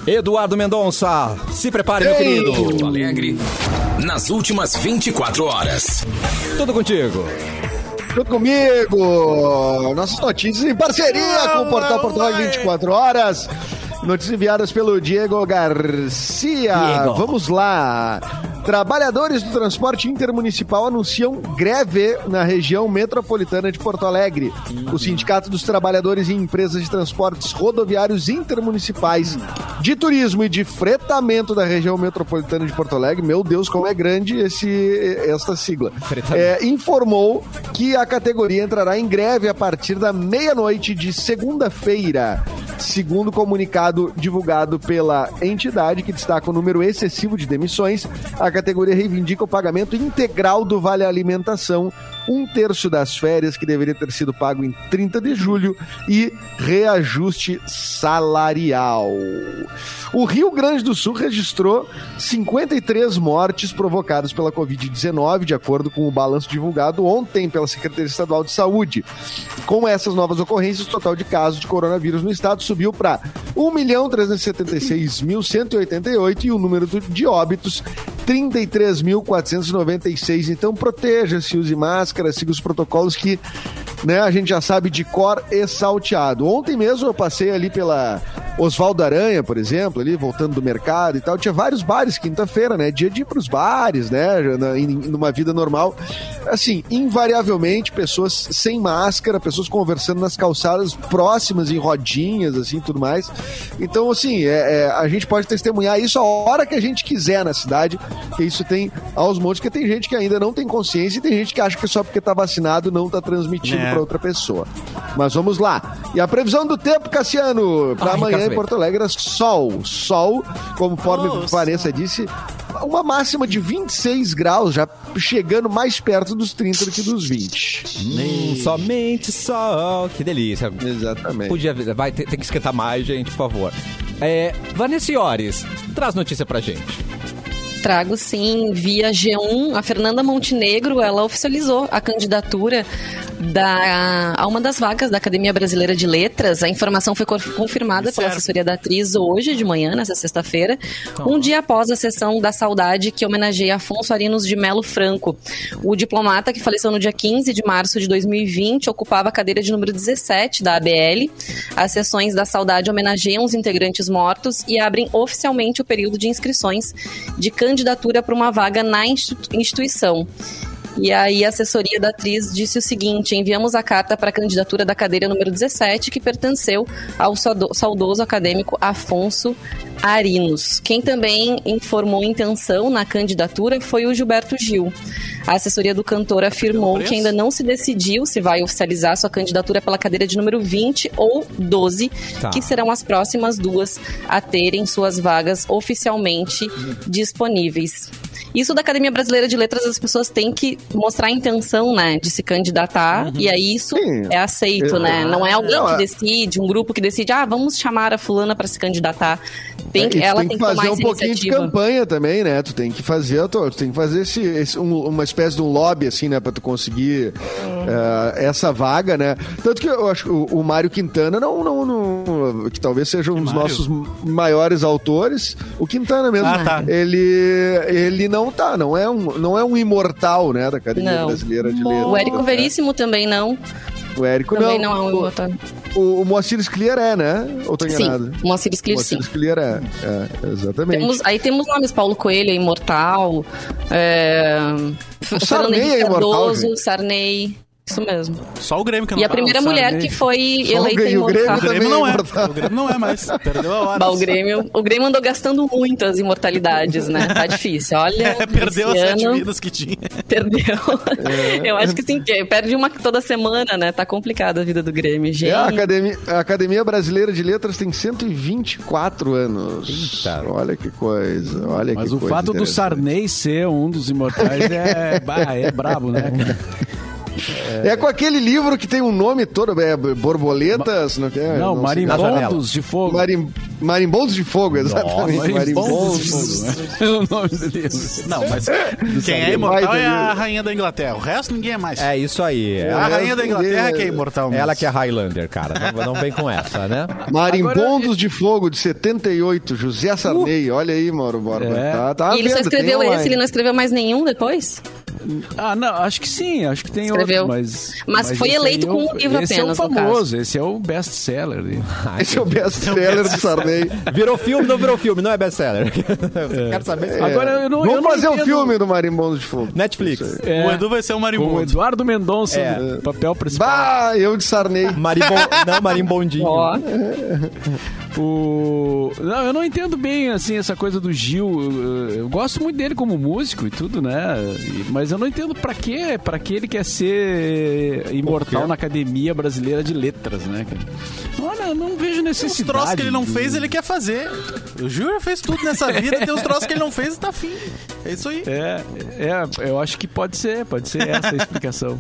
S1: Eduardo Mendonça, se prepare, meu querido.
S8: Porto Alegre, nas últimas 24 horas.
S1: Tudo contigo.
S3: Junto comigo, nossas notícias em parceria com o Portal Porto Alegre 24 Horas. Notícias enviadas pelo Diego Garcia.
S1: Diego.
S3: Vamos lá. Trabalhadores do transporte intermunicipal anunciam greve na região metropolitana de Porto Alegre. O Sindicato dos Trabalhadores em Empresas de Transportes Rodoviários Intermunicipais de Turismo e de Fretamento da região metropolitana de Porto Alegre. Meu Deus, como é grande esse, esta sigla.
S1: Fretamento.
S3: É, informou que a categoria entrará em greve a partir da meia-noite de segunda-feira, segundo comunicado divulgado pela entidade que destaca o número excessivo de demissões. A categoria reivindica o pagamento integral do vale alimentação, um terço das férias que deveria ter sido pago em 30 de julho e reajuste salarial. O Rio Grande do Sul registrou 53 mortes provocadas pela Covid-19, de acordo com o balanço divulgado ontem pela Secretaria Estadual de Saúde. Com essas novas ocorrências, o total de casos de coronavírus no estado subiu um para 1.376.188 e o número do- de óbitos 33.496. Então proteja-se, use máscara, siga os protocolos que né, a gente já sabe de cor e salteado. Ontem mesmo eu passei ali pela Oswaldo Aranha, por exemplo, ali, voltando do mercado e tal, tinha vários bares quinta-feira, né? Dia de ir pros bares, né? Na- em- numa vida normal. Assim, invariavelmente, pessoas sem máscara, pessoas conversando nas calçadas próximas, em rodinhas, assim, tudo mais. Então, assim, é- é, a gente pode testemunhar isso a hora que a gente quiser na cidade, que isso tem aos montes, porque tem gente que ainda não tem consciência e tem gente que acha que só porque tá vacinado não tá transmitindo
S5: É.
S3: pra outra pessoa. Mas vamos lá. E a previsão do tempo, Cassiano, pra
S1: Ai,
S3: amanhã em
S1: Cassiano.
S3: Porto Alegre é sol. Sol, conforme
S5: Oh,
S3: Vanessa disse, uma máxima de 26 graus, já chegando mais perto dos 30 do que dos 20.
S1: Hum, somente sol. Que delícia.
S3: Exatamente.
S1: Podia, vai, tem, tem que esquentar mais, gente, por favor. É, Vanessa Ores, traz notícia pra gente.
S4: Trago sim, via G1, a Fernanda Montenegro, ela oficializou a candidatura da, a uma das vagas da Academia Brasileira de Letras. A informação foi cor- confirmada
S5: Certo.
S4: pela assessoria da atriz hoje de manhã, nessa sexta-feira, um dia após a sessão da saudade que homenageia Afonso Arinos de Melo Franco. O diplomata que faleceu no dia 15 de março de 2020 ocupava a cadeira de número 17 da ABL. As sessões da saudade homenageiam os integrantes mortos e abrem oficialmente o período de inscrições de candidatura para uma vaga na institu- instituição. E aí a assessoria da atriz disse o seguinte: enviamos a carta para a candidatura da cadeira número 17, que pertenceu ao saudo- saudoso acadêmico Afonso Arinos. Quem também informou intenção na candidatura foi o Gilberto Gil. A assessoria do cantor afirmou
S5: preço?
S4: que ainda não se decidiu se vai oficializar sua candidatura pela cadeira de número 20 ou 12,
S1: Tá.
S4: que serão as próximas duas a terem suas vagas oficialmente disponíveis. Isso da Academia Brasileira de Letras, as pessoas têm que mostrar a intenção, né, de se candidatar, e aí isso
S3: Sim.
S4: é aceito,
S3: Eu-
S4: né? Não é alguém
S3: Não, é-
S4: que decide, um grupo que decide, ah, vamos chamar a fulana para se candidatar. Tem,
S3: E tu
S4: ela tem,
S3: que
S4: que tomar
S3: fazer um
S4: essa
S3: pouquinho de
S4: iniciativa.
S3: campanha também, né? Tu tem que fazer, a tua- tu tem que fazer esse, esse- um- uma espécie de um lobby, assim, né? Pra tu conseguir eh, essa vaga, né? Tanto que eu acho que o, o Mário Quintana não, não, não- Que talvez seja um dos
S5: Mário?
S3: nossos maiores autores. O Quintana mesmo.
S5: Ah, tá.
S3: Ele, ele não tá, não é, um, não é um imortal, né? Da Academia
S4: Não.
S3: Brasileira de Letras.
S4: O Érico
S3: né?
S4: Veríssimo também não.
S3: O Érico
S4: Também
S3: não.
S4: não, é um votar.
S3: O, o Moacir Scliar é, né? Ou tô enganado?
S4: Sim, o Moacir Scler, sim.
S3: Moacir Scliar é. é. Exatamente.
S4: Temos- aí temos nomes Paulo Coelho, é Imortal, é, F- Fernando
S3: Sarney é
S4: Henrique
S3: imortal,
S4: Cardoso,
S3: gente.
S4: Sarney. Isso mesmo.
S5: Só o Grêmio que não
S4: E a
S5: tá.
S4: primeira
S2: o
S4: mulher
S2: Sarney.
S4: que foi
S3: Só o
S4: eleita
S3: Grêmio- o Grêmio
S5: O
S4: imortal.
S5: Grêmio
S3: também
S5: não é.
S3: imortal.
S5: O Grêmio não é mais. Perdeu a hora.
S4: *laughs* Bah, o, Grêmio, o Grêmio andou gastando muito as imortalidades, né? Tá difícil. Olha,
S5: É, *laughs* perdeu as
S4: esse
S5: sete
S4: ano,
S5: vidas que tinha.
S4: Perdeu.
S3: É.
S4: Eu acho que sim, que perde uma toda semana, né? Tá complicada a vida do Grêmio, gente.
S3: É, a, Academia, a Academia Brasileira de Letras tem 124 anos. Olha que coisa, olha
S2: Mas
S3: que
S2: o
S3: coisa
S2: fato do
S3: interessante.
S2: Sarney ser um dos imortais é, bah, é brabo, né? cara? *laughs*
S3: É com aquele livro que tem um nome todo, é Borboletas, não quer?
S2: É, Não,
S3: sei.
S2: Marimbondos de Fogo.
S3: Marim- Marimbondos de Fogo, exatamente.
S2: Marimbondos de
S3: Marimbondos.
S2: Fogo. *laughs* É o nome do livro.
S5: Não, mas quem é
S3: sabia.
S5: imortal
S3: Vai,
S5: é a
S3: Danilo.
S5: rainha da Inglaterra. O resto ninguém é mais.
S1: É isso aí. É
S5: a rainha da Inglaterra
S3: é-
S5: que é imortal mesmo.
S1: ela que é Highlander, cara. Não, não vem com essa, né?
S3: Marimbondos de Fogo, de 78, José Sarney. Olha aí, Mauro Borba.
S2: Uh. É.
S3: Tá, tá à
S4: e ele só
S3: venda, tem
S4: escreveu
S3: online.
S4: esse, ele não escreveu mais nenhum depois?
S2: Ah, não, acho que sim, acho que tem
S4: Escreveu.
S2: outro, mas...
S4: Mas foi
S2: esse aí
S4: eleito
S2: é
S4: com
S2: o-
S4: um livro
S2: Esse é o
S4: apenas, no
S2: famoso, esse é o
S5: *laughs*
S2: best-seller. dele.
S3: Esse é o best-seller do Sarney.
S1: Virou filme, não virou filme, não é best-seller. Quero saber se...
S2: Agora, eu não, eu
S3: Vamos
S2: não
S3: fazer um
S2: entendo-
S3: filme do Marimbondos de Fogo.
S1: Netflix.
S2: É,
S5: O Edu vai ser o
S2: com o
S5: marimbondo.
S2: Eduardo Mendonça,
S1: É.
S2: no papel principal.
S3: Bah, eu de Sarney.
S1: Marimbon... Não, Marimbondinho.
S4: Ó,
S2: O... Não, eu não entendo bem, assim, essa coisa do Gil. Eu, eu gosto muito dele como músico e tudo, né? E- Mas eu não entendo pra quê, pra que ele quer ser imortal na Academia Brasileira de Letras, né? cara? Olha, eu não vejo
S5: Os
S2: necessidade.
S5: troços que ele não
S2: de-
S5: fez, ele quer fazer. O Júnior fez tudo nessa vida, tem os troços que ele não fez e tá fim. É isso aí.
S2: É, é, eu acho que pode ser, pode ser essa
S5: *laughs*
S2: a explicação.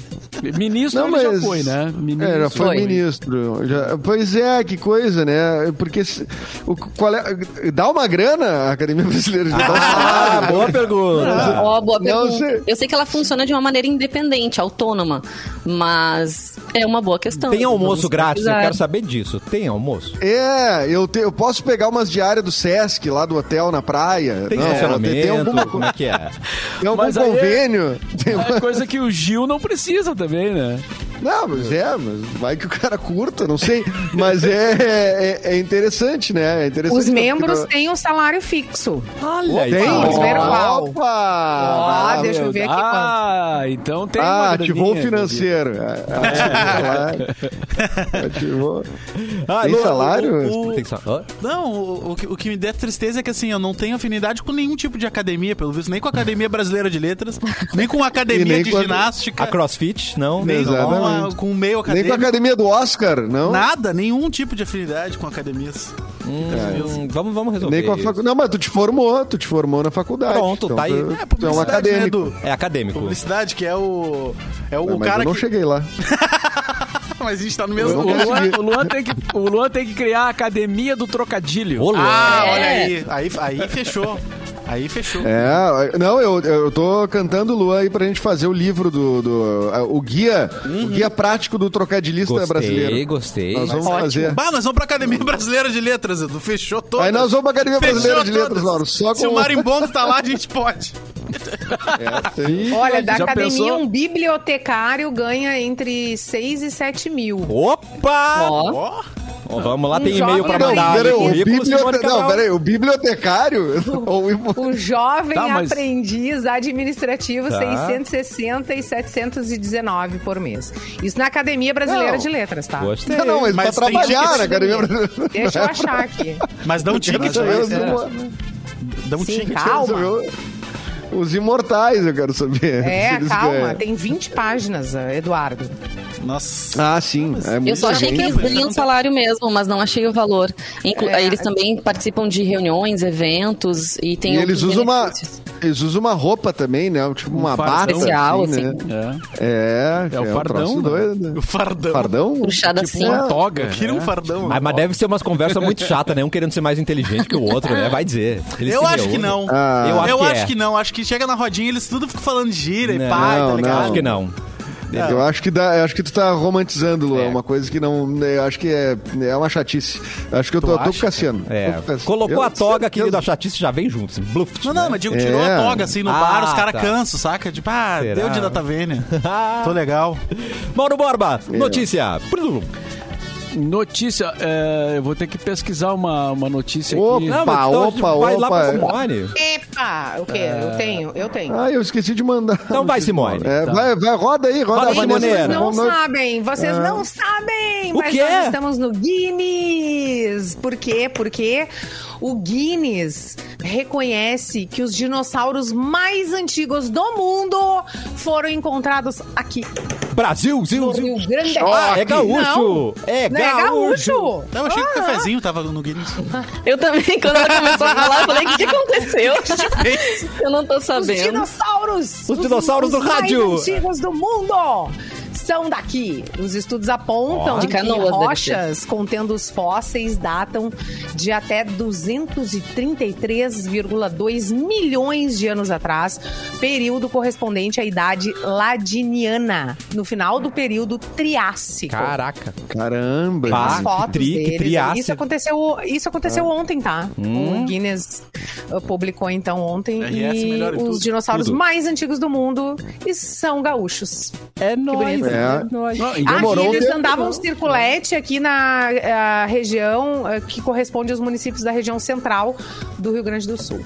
S2: Ministro ele já foi, né? Ministro.
S3: É, já foi, ministro. Já- pois é, que coisa, né? Porque se- o, qual é- dá uma grana a Academia Brasileira de Dá
S1: *laughs*
S3: um
S1: Ah,
S3: salário.
S1: boa pergunta.
S4: Ó, boa
S3: Ah, Não,
S4: pergunta.
S3: você-
S4: Eu sei que ela funciona de uma maneira independente, autônoma, mas é uma boa questão.
S1: Tem almoço
S4: Vamos
S1: grátis, eu
S4: pesquisar.
S1: quero saber disso. Tem almoço?
S3: É, eu, te- eu posso pegar umas diárias do Sesc lá do hotel na praia.
S1: Tem
S3: Não,
S1: estacionamento?
S3: tem alguma
S1: Como
S3: coisa.
S1: é que é?
S3: Tem algum
S2: Mas aí é-
S3: convênio? Tem
S2: É coisa que o Gil não precisa também, né?
S3: Não, mas é, mas vai que o cara curta, não sei. Mas é, é, é interessante, né? É interessante
S9: Os
S3: porque-
S9: membros têm um salário fixo.
S1: Olha aí.
S3: Tem?
S9: Os verbal.
S3: Opa! Ah,
S9: Ah, deixa eu ver aqui quanto.
S2: Ah, então tem uma
S3: Ah, ativou o
S2: graninha,
S3: financeiro. Ah, Ativou.
S1: Ah,
S3: Tem
S1: Lu-
S3: salário?
S1: o- o- Tem salário?
S5: Não, o, o que- o que me der tristeza é que assim, eu não tenho afinidade com nenhum tipo de academia, pelo visto, nem com a Academia Brasileira de Letras, nem com a
S3: *laughs* E
S5: Academia
S3: nem
S5: de
S3: com a-
S5: Ginástica,
S1: A CrossFit? Não.
S5: nem com, a,
S3: Exatamente.
S5: com o meio
S3: Nem com
S5: acadêmico.
S3: a academia do Oscar, não?
S5: Nada, nenhum tipo de afinidade com academias.
S1: Hum, vamos, vamos resolver.
S3: é. Nem com a
S1: isso.
S3: facu... Não, mas tu te formou, tu te formou na faculdade.
S1: Pronto, tá aí.
S3: Tu,
S1: É,
S3: tu é um
S5: publicidade,
S3: acadêmico.
S5: né, Edu?
S1: É acadêmico.
S5: Publicidade, que é o. É
S3: Ah,
S5: o,
S3: mas
S5: cara
S3: eu não
S5: que.
S3: cheguei lá.
S5: Mas a gente tá no
S3: Eu
S5: mesmo
S3: não
S2: O
S5: lugar.
S2: Luan, o Luan tem que, o Luan tem que criar a academia do trocadilho.
S1: Ô, louco.
S5: Ah,
S4: É.
S5: olha aí. aí. Aí fechou. Aí fechou.
S3: É, não, eu, eu tô cantando Luan aí pra gente fazer o livro do. do- ah, o guia. O guia prático do trocadilhista
S1: gostei,
S3: brasileiro.
S1: gostei.
S3: Nós vamos fazer.
S5: Bah, nós vamos pra Academia Brasileira de Letras, Edu. Fechou todo.
S3: Aí nós vamos pra Academia Brasileira de Letras, Lauro. Só
S5: Se
S3: com-
S5: o Marimbondo tá lá, a gente
S3: *laughs*
S5: pode.
S9: Olha, da
S2: Já
S9: academia,
S2: pensou?
S9: um bibliotecário ganha entre 6 e 7 mil.
S1: Opa!
S4: Ó.
S5: Ó.
S1: Ó, vamos lá, tem
S9: Um
S1: e-mail pra
S9: jovem
S1: mandar.
S3: Não, peraí, o,
S1: Currículo,
S3: bibliote-
S1: Simone Cabral.
S3: não, peraí, o bibliotecário? Ou o-
S9: O jovem
S2: Tá, mas-
S9: aprendiz administrativo,
S1: Tá.
S9: 660 e 719 por mês. Isso na Academia Brasileira
S3: Não.
S9: de Letras, tá?
S1: Gostei.
S3: Não, não, mas,
S5: Mas
S3: pra
S5: tem
S3: trabalhar,
S5: gente
S3: né,
S5: que-
S3: Academia Brasileira.
S9: Deixa eu achar aqui.
S5: Mas dá um ticket.
S3: Deixa eu
S5: né?
S3: ver os-
S5: Dá um
S9: Sim,
S5: ticket.
S3: assim,
S9: calma.
S3: Os imortais, eu quero saber. *laughs* se
S9: É,
S3: eles
S9: calma.
S3: ganham.
S9: Tem 20 páginas, eh, Eduardo.
S5: Nossa.
S3: Ah, sim. é
S4: Eu
S3: muito
S4: só achei que
S3: gente.
S4: eles ganham um salário mesmo, mas não achei o valor. Inclu-
S9: É.
S4: Eles também participam de reuniões, eventos e tem
S3: E eles
S4: outros
S3: usam, uma,
S4: benefícios.
S3: eles usam uma roupa também, né? Tipo uma
S2: fardão.
S3: bata.
S4: Especial,
S3: né?
S4: assim.
S2: É,
S3: É,
S2: É
S3: é
S2: o
S3: um
S2: fardão,
S3: troço
S2: né?
S3: doido, né?
S5: O fardão.
S3: Fardão?
S4: Puxada
S2: tipo
S4: assim.
S2: uma toga.
S5: Queria um
S2: né?
S5: fardão.
S1: Ah, mas deve ser umas conversas muito chatas, né? Um querendo ser mais inteligente que o outro, né? Vai dizer. Eles
S5: Eu
S1: se
S5: acho que
S1: reúnem.
S5: não.
S3: Ah.
S1: Eu acho
S5: Eu
S1: que
S5: acho
S1: é.
S5: que não. Acho que chega na rodinha eles tudo ficam falando gira e
S1: Não,
S5: pai, tá
S3: não,
S5: ligado?
S1: Acho que não.
S3: é, Eu acho que dá, eu acho que tu tá romantizando, Luan,
S1: É.
S3: uma coisa que não, eu acho que é, é uma chatice. Acho que eu tô, tô com o Cassiano.
S1: É.
S3: Tô com o Cassiano.
S1: Colocou
S3: Eu-
S1: a toga, querido, a chatice já vem junto. Assim, bluft,
S5: Não, não, mas digo,
S3: É.
S5: tirou a toga assim no
S1: Ah,
S5: bar, os caras
S1: tá.
S5: cansam, saca? Tipo, ah,
S1: Será?
S5: deu de
S1: *laughs*
S5: data vênia. Tô legal.
S1: Mauro Borba,
S3: É.
S1: notícia.
S2: Notícia, é, eu vou ter que pesquisar uma, uma notícia
S3: Opa!
S2: aqui.
S1: Não, mas então a gente
S3: opa,
S1: vai lá pra
S3: opa.
S1: Simone.
S9: Epa! O quê? Eu tenho, eu tenho.
S3: Ah, eu esqueci de mandar.
S1: Então vai, Simone.
S3: É,
S2: Tá.
S3: vai, vai, roda aí, roda,
S1: Roda
S3: a
S1: aí,
S3: Vanessa.
S1: Simoneira.
S9: Vocês não É.
S3: Vamos-
S9: sabem, vocês não sabem,
S1: O
S9: mas
S1: quê?
S9: nós estamos no Guinness. Por quê? Porque o Guinness reconhece que os dinossauros mais antigos do mundo foram encontrados aqui
S1: Brasil,
S9: no
S1: Zil, Zil.
S9: Rio Grande do
S1: Ah,
S9: Norte.
S1: é gaúcho. É
S9: Não, não é gaúcho.
S5: Não, eu achei que o
S9: Ah,
S5: cafezinho tava no Guinness.
S4: Eu também, quando ela começou a falar, eu falei, o que, que
S1: *laughs*
S4: aconteceu? eu não tô
S9: Os
S4: sabendo.
S9: dinossauros!
S1: Os dinossauros do
S9: os mais
S1: rádio.
S9: antigos do mundo! São daqui. Os estudos apontam
S4: Ó. De
S9: que
S4: Canoas, deve
S9: rochas contendo os fósseis datam de até 233,2 milhões de anos atrás, período correspondente à idade ladiniana, no final do período Triássico.
S1: Caraca.
S3: Caramba.
S1: Bah.
S9: As
S1: que
S9: fotos
S1: tri- que Ah.
S9: deles. é,
S1: triássico.
S9: Isso aconteceu, isso aconteceu ontem, tá?
S1: Hum.
S9: O Guinness uh, publicou então ontem
S5: RS
S9: e
S5: melhor em
S9: os
S5: tudo.
S9: dinossauros
S1: Tudo.
S9: mais antigos do mundo e são gaúchos.
S1: É nóis,
S9: bonito.
S1: é nóis.
S2: Não, e
S9: Aqui
S2: demorou um
S9: eles
S2: tempo.
S1: né?
S9: andavam um circulete aqui na eh, região eh, que corresponde aos municípios da região central do Rio Grande do Sul.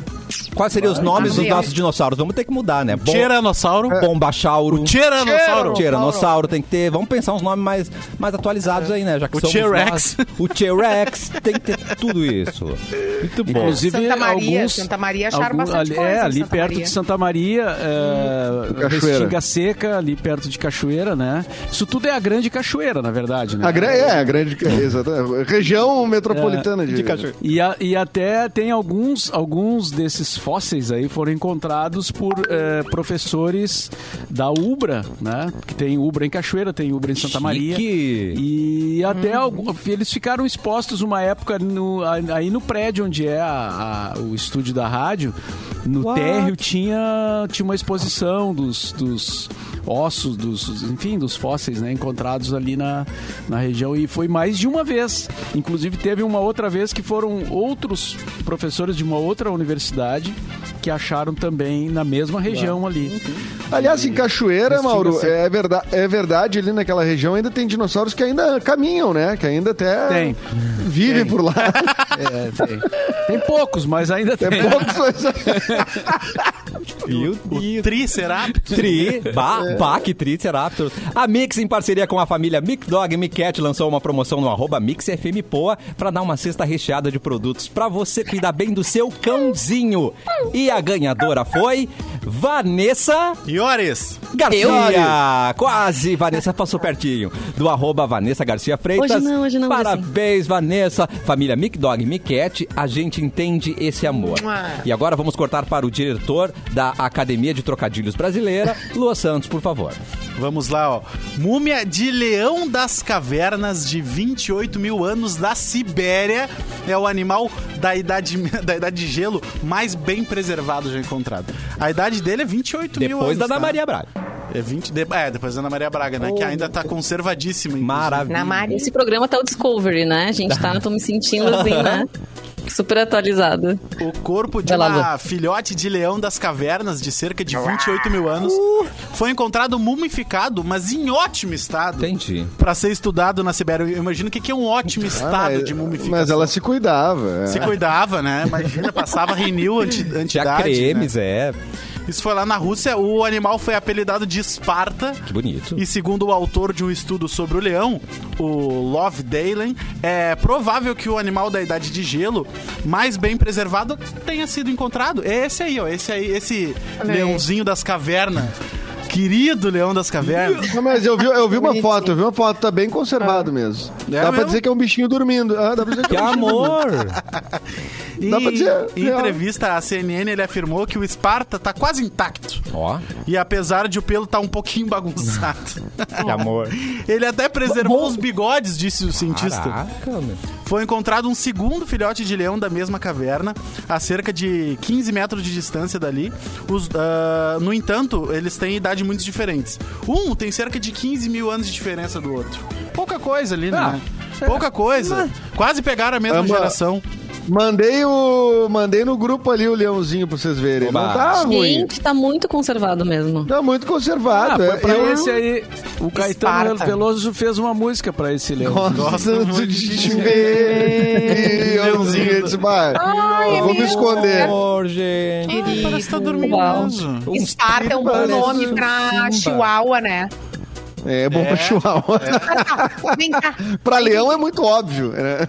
S1: Quais seriam os nomes dos
S9: Gabriel.
S1: nossos dinossauros? Vamos ter que mudar, né? Bom,
S5: Tiranossauro.
S1: Bombachauro.
S5: Tiranossauro. É.
S1: Tiranossauro tem que ter. Vamos pensar uns nomes mais, mais atualizados aí, né? Já que
S5: O
S1: somos
S5: T-Rex.
S1: nós. O T-Rex. tem que ter tudo isso. Muito bom.
S2: Inclusive,
S9: Santa Maria,
S2: alguns,
S9: Santa Maria acharam bastante
S2: ali,
S9: coisa em
S2: É, ali
S9: Santa
S2: perto
S9: Maria.
S2: de Santa Maria, é,
S3: Cachoeira.
S2: Restinga Seca, ali perto de Cachoeira, né? Isso tudo é a grande cachoeira, na verdade, né?
S3: A gra- é, a grande. Exatamente. Região metropolitana de, Cachoeira.
S2: E, a- e até tem alguns, alguns desses fósseis aí foram encontrados por eh, professores da Ubra, né? Que tem Ubra em Cachoeira, tem Ubra em Santa Maria.
S1: Chique.
S2: E até algu- eles ficaram expostos uma época no- a- aí no prédio onde é a- a- o estúdio da rádio. No
S1: What?
S2: térreo tinha, tinha uma exposição dos, dos ossos, dos, enfim, dos fósseis né, encontrados ali na, na região. E foi mais de uma vez. Inclusive, teve uma outra vez que foram outros professores de uma outra universidade que acharam também na mesma região ali.
S3: Aliás, em Cachoeira,
S2: Mas tinha
S3: Mauro,
S2: essa-
S3: é verdade, é verdade, ali naquela região ainda tem dinossauros que ainda caminham, né? Que ainda até
S2: Tem.
S3: vivem por lá.
S2: É, tem. tem poucos, mas ainda tem.
S3: É poucos, mas...
S1: Meu
S5: O
S1: Deus.
S5: Triceratops.
S1: Tri,
S5: *laughs* É.
S1: ba, Bac, Triceraptor. A Mix, em parceria com a família Mic Dog e Mic Cat, lançou uma promoção no arroba Mix FM Poa pra dar uma cesta recheada de produtos pra você cuidar bem do seu cãozinho. E a ganhadora foi Vanessa
S5: Ioris.
S1: Garcia. Quase, Vanessa passou pertinho. Do arroba Vanessa Garcia Freitas.
S4: Hoje não, hoje não,
S1: Parabéns, Vanessa. Família Mic Dog e Mic Cat, a gente entende esse amor. E agora vamos cortar para o diretor da Academia de Trocadilhos Brasileira, Lua Santos, por favor.
S5: Vamos lá, ó. Múmia de leão das cavernas de 28 mil anos da Sibéria é o animal da idade, *laughs* da idade de gelo mais bem preservado já encontrado. A idade dele é 28 mil anos.
S1: Depois da Ana
S5: tá?
S1: Maria Braga.
S5: É, 20 de- é, depois da Ana Maria Braga, né? que ainda tá conservadíssima. inclusive.
S1: Maravilha.
S6: Na Maria.
S4: Esse programa tá o Discovery, né? A gente tá, tô me sentindo assim,
S3: *laughs*
S4: né? Super atualizado.
S5: O corpo de
S4: Vai lá,
S5: uma filhote de leão das cavernas de cerca de 28 mil anos foi encontrado mumificado, mas em ótimo estado.
S1: Entendi.
S5: Pra ser estudado na Sibéria. Eu imagino o que que é um
S1: Ah,
S5: ótimo estado
S3: Ah, mas-
S5: de mumificação.
S3: Mas ela se cuidava. é.
S5: Se cuidava, né? Imagina, passava Renew anti,
S1: Tinha
S5: antidade.
S1: cremes, é.
S5: né? Isso foi lá na Rússia. O animal foi apelidado de Esparta.
S1: Que bonito.
S5: E segundo o autor de um estudo sobre o leão, o Love Dalen, é provável que o animal da idade de gelo mais bem preservado tenha sido encontrado. É esse aí, ó. Esse aí, esse leãozinho das cavernas. Querido leão das cavernas.
S3: Não, Ah, mas eu vi, eu vi uma foto, eu vi uma foto, tá bem conservado mesmo.
S5: É
S3: dá pra
S5: mesmo?
S3: dizer que é um bichinho dormindo. Ah, dá pra dizer que
S1: Que
S3: é um bichinho
S2: *laughs*
S1: *laughs*
S3: dormindo.
S1: amor!
S5: E,
S3: *laughs* Dá pra dizer,
S5: em
S3: real.
S5: entrevista à CNN, ele afirmou que o Esparta tá quase intacto.
S1: Ó,
S5: E apesar de o pelo tá um pouquinho bagunçado.
S1: que amor.
S5: Ele até preservou os bigodes, disse o cientista.
S1: Caraca, meu.
S5: Foi encontrado um segundo filhote de leão da mesma caverna, a cerca de 15 metros de distância dali. Os, ah, no entanto, eles têm idade muito diferentes. Um tem cerca de 15 mil anos de diferença do outro. Pouca coisa ali, né? Pouca coisa. Quase pegaram a mesma
S3: Ama-
S5: geração.
S3: Mandei, o, mandei no grupo ali o leãozinho pra vocês verem.
S1: Oba.
S3: Não tá ruim.
S4: Gente, tá muito conservado mesmo.
S3: Tá muito
S2: Ah,
S3: conservado.
S2: foi
S3: é.
S2: pra
S3: Eu-
S2: esse aí. O Caetano
S6: Esparta.
S2: Veloso fez uma música pra esse leão.
S3: Gosto muito de te ver. *laughs* Leãozinho, ele disse, "Bah,
S6: é
S3: eu vou me esconder.
S1: Amor, gente.
S5: Parece que tá
S4: Uau.
S5: dormindo.
S1: Um
S6: Esparta é um bom
S3: Parece
S6: nome pra chihuahua, né?
S3: É bom pra chihuahua.
S6: *laughs* Vem cá.
S3: pra leão é muito óbvio. né?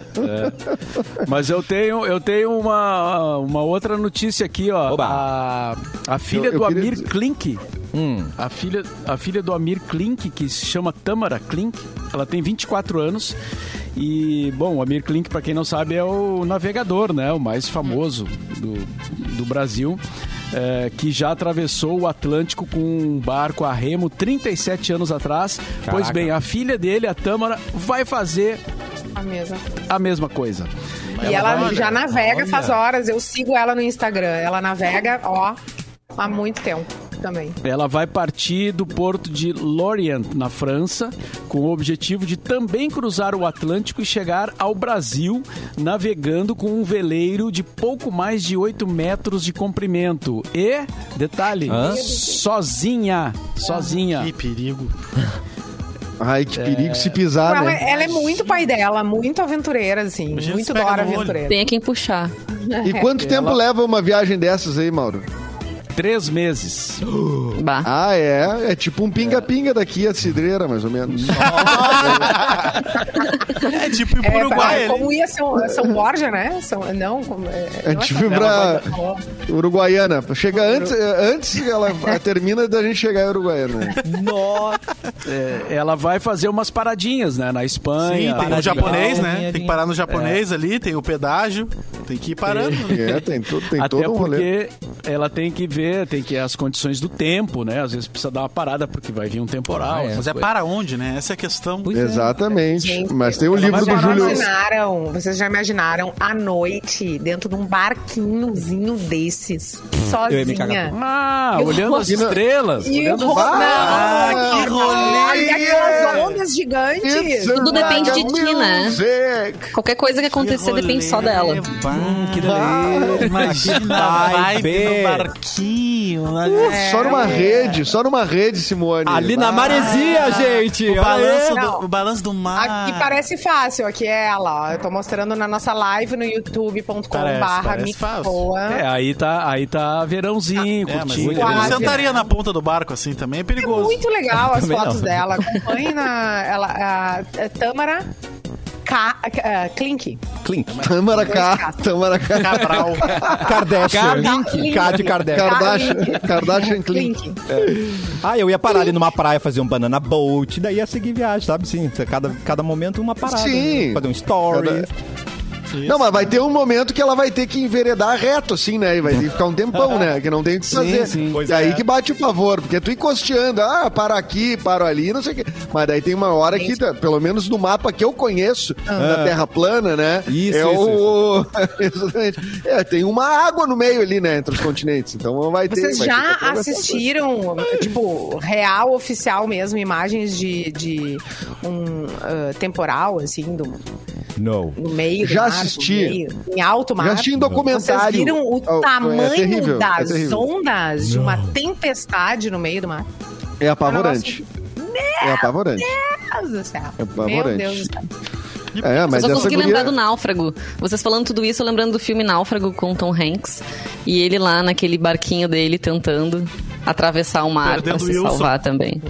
S2: Mas eu tenho, eu tenho uma, uma outra notícia aqui, ó.
S1: Oba.
S2: A, a filha
S3: Eu- eu
S2: do
S3: queria
S2: Amir
S3: dizer-
S2: Klink.
S1: Hum.
S2: A filha, a filha do Amir Klink, que se chama Tamara Klink, ela tem 24 anos. E, bom, o Amir Klink, pra quem não sabe, é o navegador, né? O mais famoso do, do Brasil, é, que já atravessou o Atlântico com um barco a remo 37 anos atrás. Pois
S1: Caraca.
S2: bem, a filha dele, a Tamara, vai fazer
S6: A mesma.
S2: a mesma coisa.
S6: E ela
S5: olha,
S6: já navega
S1: olha.
S6: faz horas. Eu sigo ela no Instagram. Ela navega, ó, há muito tempo também.
S2: Ela vai partir do porto de Lorient, na França, com o objetivo de também cruzar o Atlântico e chegar ao Brasil, navegando com um veleiro de pouco mais de 8 metros de comprimento. E, detalhe,
S1: Hã?
S2: sozinha. Sozinha.
S5: Que perigo.
S3: Ai, que perigo se pisar,
S6: ela,
S3: né?
S6: ela é muito pai dela, muito aventureira, assim.
S5: Imagina se
S6: muito
S5: pega
S6: da hora
S5: no olho.
S6: aventureira.
S4: Tem a quem puxar.
S3: E quanto tempo leva uma viagem dessas aí, Mauro?
S5: Ah.
S2: Três meses.
S4: Bah.
S3: Ah, é. É tipo um pinga-pinga daqui a cidreira, mais ou menos.
S5: É tipo ir pro
S6: É,
S5: Uruguai.
S6: pra-
S5: ele-
S6: como ia São, São Borja, né? São, não, como, é,
S3: É
S6: não
S3: tipo
S6: São-
S3: pra-
S6: Ela vai-
S3: Uruguaiana. Chega antes, eh, antes que ela *laughs* termina da gente chegar em Uruguaiana.
S2: É, ela vai fazer umas paradinhas, né? Na Espanha.
S5: Sim, tem
S2: na
S5: o japonês,
S1: Portugal,
S5: né? Tem que parar no japonês ali, tem o pedágio. Tem que ir parando. né?
S3: É, tem, to, tem
S2: Até
S3: todo um rolê.
S2: porque ela tem que ver ver, tem que as condições do tempo, né? Às vezes precisa dar uma parada porque vai vir um temporal.
S1: Ah, é.
S5: Mas é para onde, né? Essa é a questão.
S3: Exatamente.
S6: Gente,
S3: Mas tem o
S6: vocês
S3: livro
S6: já
S3: do Júlio.
S6: Imaginaram, vocês já imaginaram à noite dentro de um barquinhozinho desses,
S1: eu ia me cagar
S6: sozinha.
S2: Ah,
S6: Eu-
S2: olhando as estrelas.
S6: E
S2: olhando
S6: ro-
S2: as-
S3: Ah,
S6: não,
S3: que
S6: olha
S3: rolê!
S6: aquelas ondas gigantes.
S4: Tudo depende de ti, né?
S3: Music.
S4: Qualquer coisa que acontecer
S5: rolê,
S4: depende só dela.
S5: Hum, que
S1: delícia.
S5: Imagina a
S1: Vai
S5: vibe
S1: ver.
S5: no barquinho. né?
S3: Só numa rede, só numa rede, Simone.
S1: Ali na
S3: Ah,
S1: maresia, gente.
S5: O
S1: olha aí.
S5: balanço,
S6: Não.
S5: do, o balanço do mar.
S6: Aqui parece fácil, aqui é ela. ó. Eu tô mostrando na nossa live no youtube.com
S5: Parece,
S6: barra
S5: parece
S6: me
S5: fácil.
S6: Coa.
S2: É, aí tá, aí tá
S1: Ah,
S2: verãozinho,
S5: É, mas
S2: curtindo.
S5: eu não
S3: né?
S6: Quase.
S5: sentaria na ponta do barco assim também, é
S6: É
S5: perigoso.
S6: muito legal as
S1: Também
S6: fotos
S1: não.
S6: dela. Acompanhe na ela, a, a Tâmara K, a, a, Klink.
S1: Clink.
S3: Tâmara K, Tâmara K.
S5: Cabral.
S3: *laughs*
S1: Kardashian. K de Kardashian.
S3: Kardashian, Kardashian Clink.
S6: Klink.
S1: Ah, eu ia parar ali numa praia, fazer um banana boat, daí ia seguir viagem, sabe? Sim, cada, cada momento uma parada.
S3: Sim.
S1: né? Fazer um story.
S3: Cada- Não, mas vai ter um momento que ela vai ter que enveredar reto, assim, né? E vai ter que ficar um tempão, né? Que não tem
S1: *laughs*
S3: o que fazer.
S2: sim.
S1: Pois
S3: E aí
S1: é.
S3: que bate o favor, porque tu encosteando, ah, para aqui, para ali, não sei o quê. Mas daí tem uma hora que, tá, pelo menos no mapa que eu conheço,
S6: Ah.
S3: da Terra Plana, né?
S1: Isso,
S3: é
S1: isso,
S3: o... *laughs* Exatamente. É, tem uma água no meio ali, né? Entre os continentes. Então vai ter...
S6: Vocês
S3: vai ter
S6: já
S3: que aproveitar.
S6: assistiram, tipo, real, oficial mesmo, imagens de, de um ah, temporal, assim, do,
S1: Não.
S6: no meio do
S3: Já
S6: mar,
S3: assisti.
S6: no meio, em alto mar?
S3: Já assisti em documentário.
S6: Vocês viram o
S3: Oh, é
S6: tamanho
S3: terrível, é
S6: das
S3: terrível.
S6: ondas
S2: É.
S6: de uma tempestade no meio do mar?
S3: É apavorante. É apavorante.
S6: Meu Deus do céu. Meu
S3: É apavorante.
S6: Deus do céu.
S3: É,
S4: eu
S3: mas
S4: só
S3: essa
S4: consegui
S3: guria-
S4: lembrar do Náufrago. Vocês falando tudo isso, eu lembrando do filme Náufrago com Tom Hanks. E ele lá naquele barquinho dele tentando atravessar o mar pra
S5: Perdendo
S4: se
S5: Wilson.
S4: salvar também.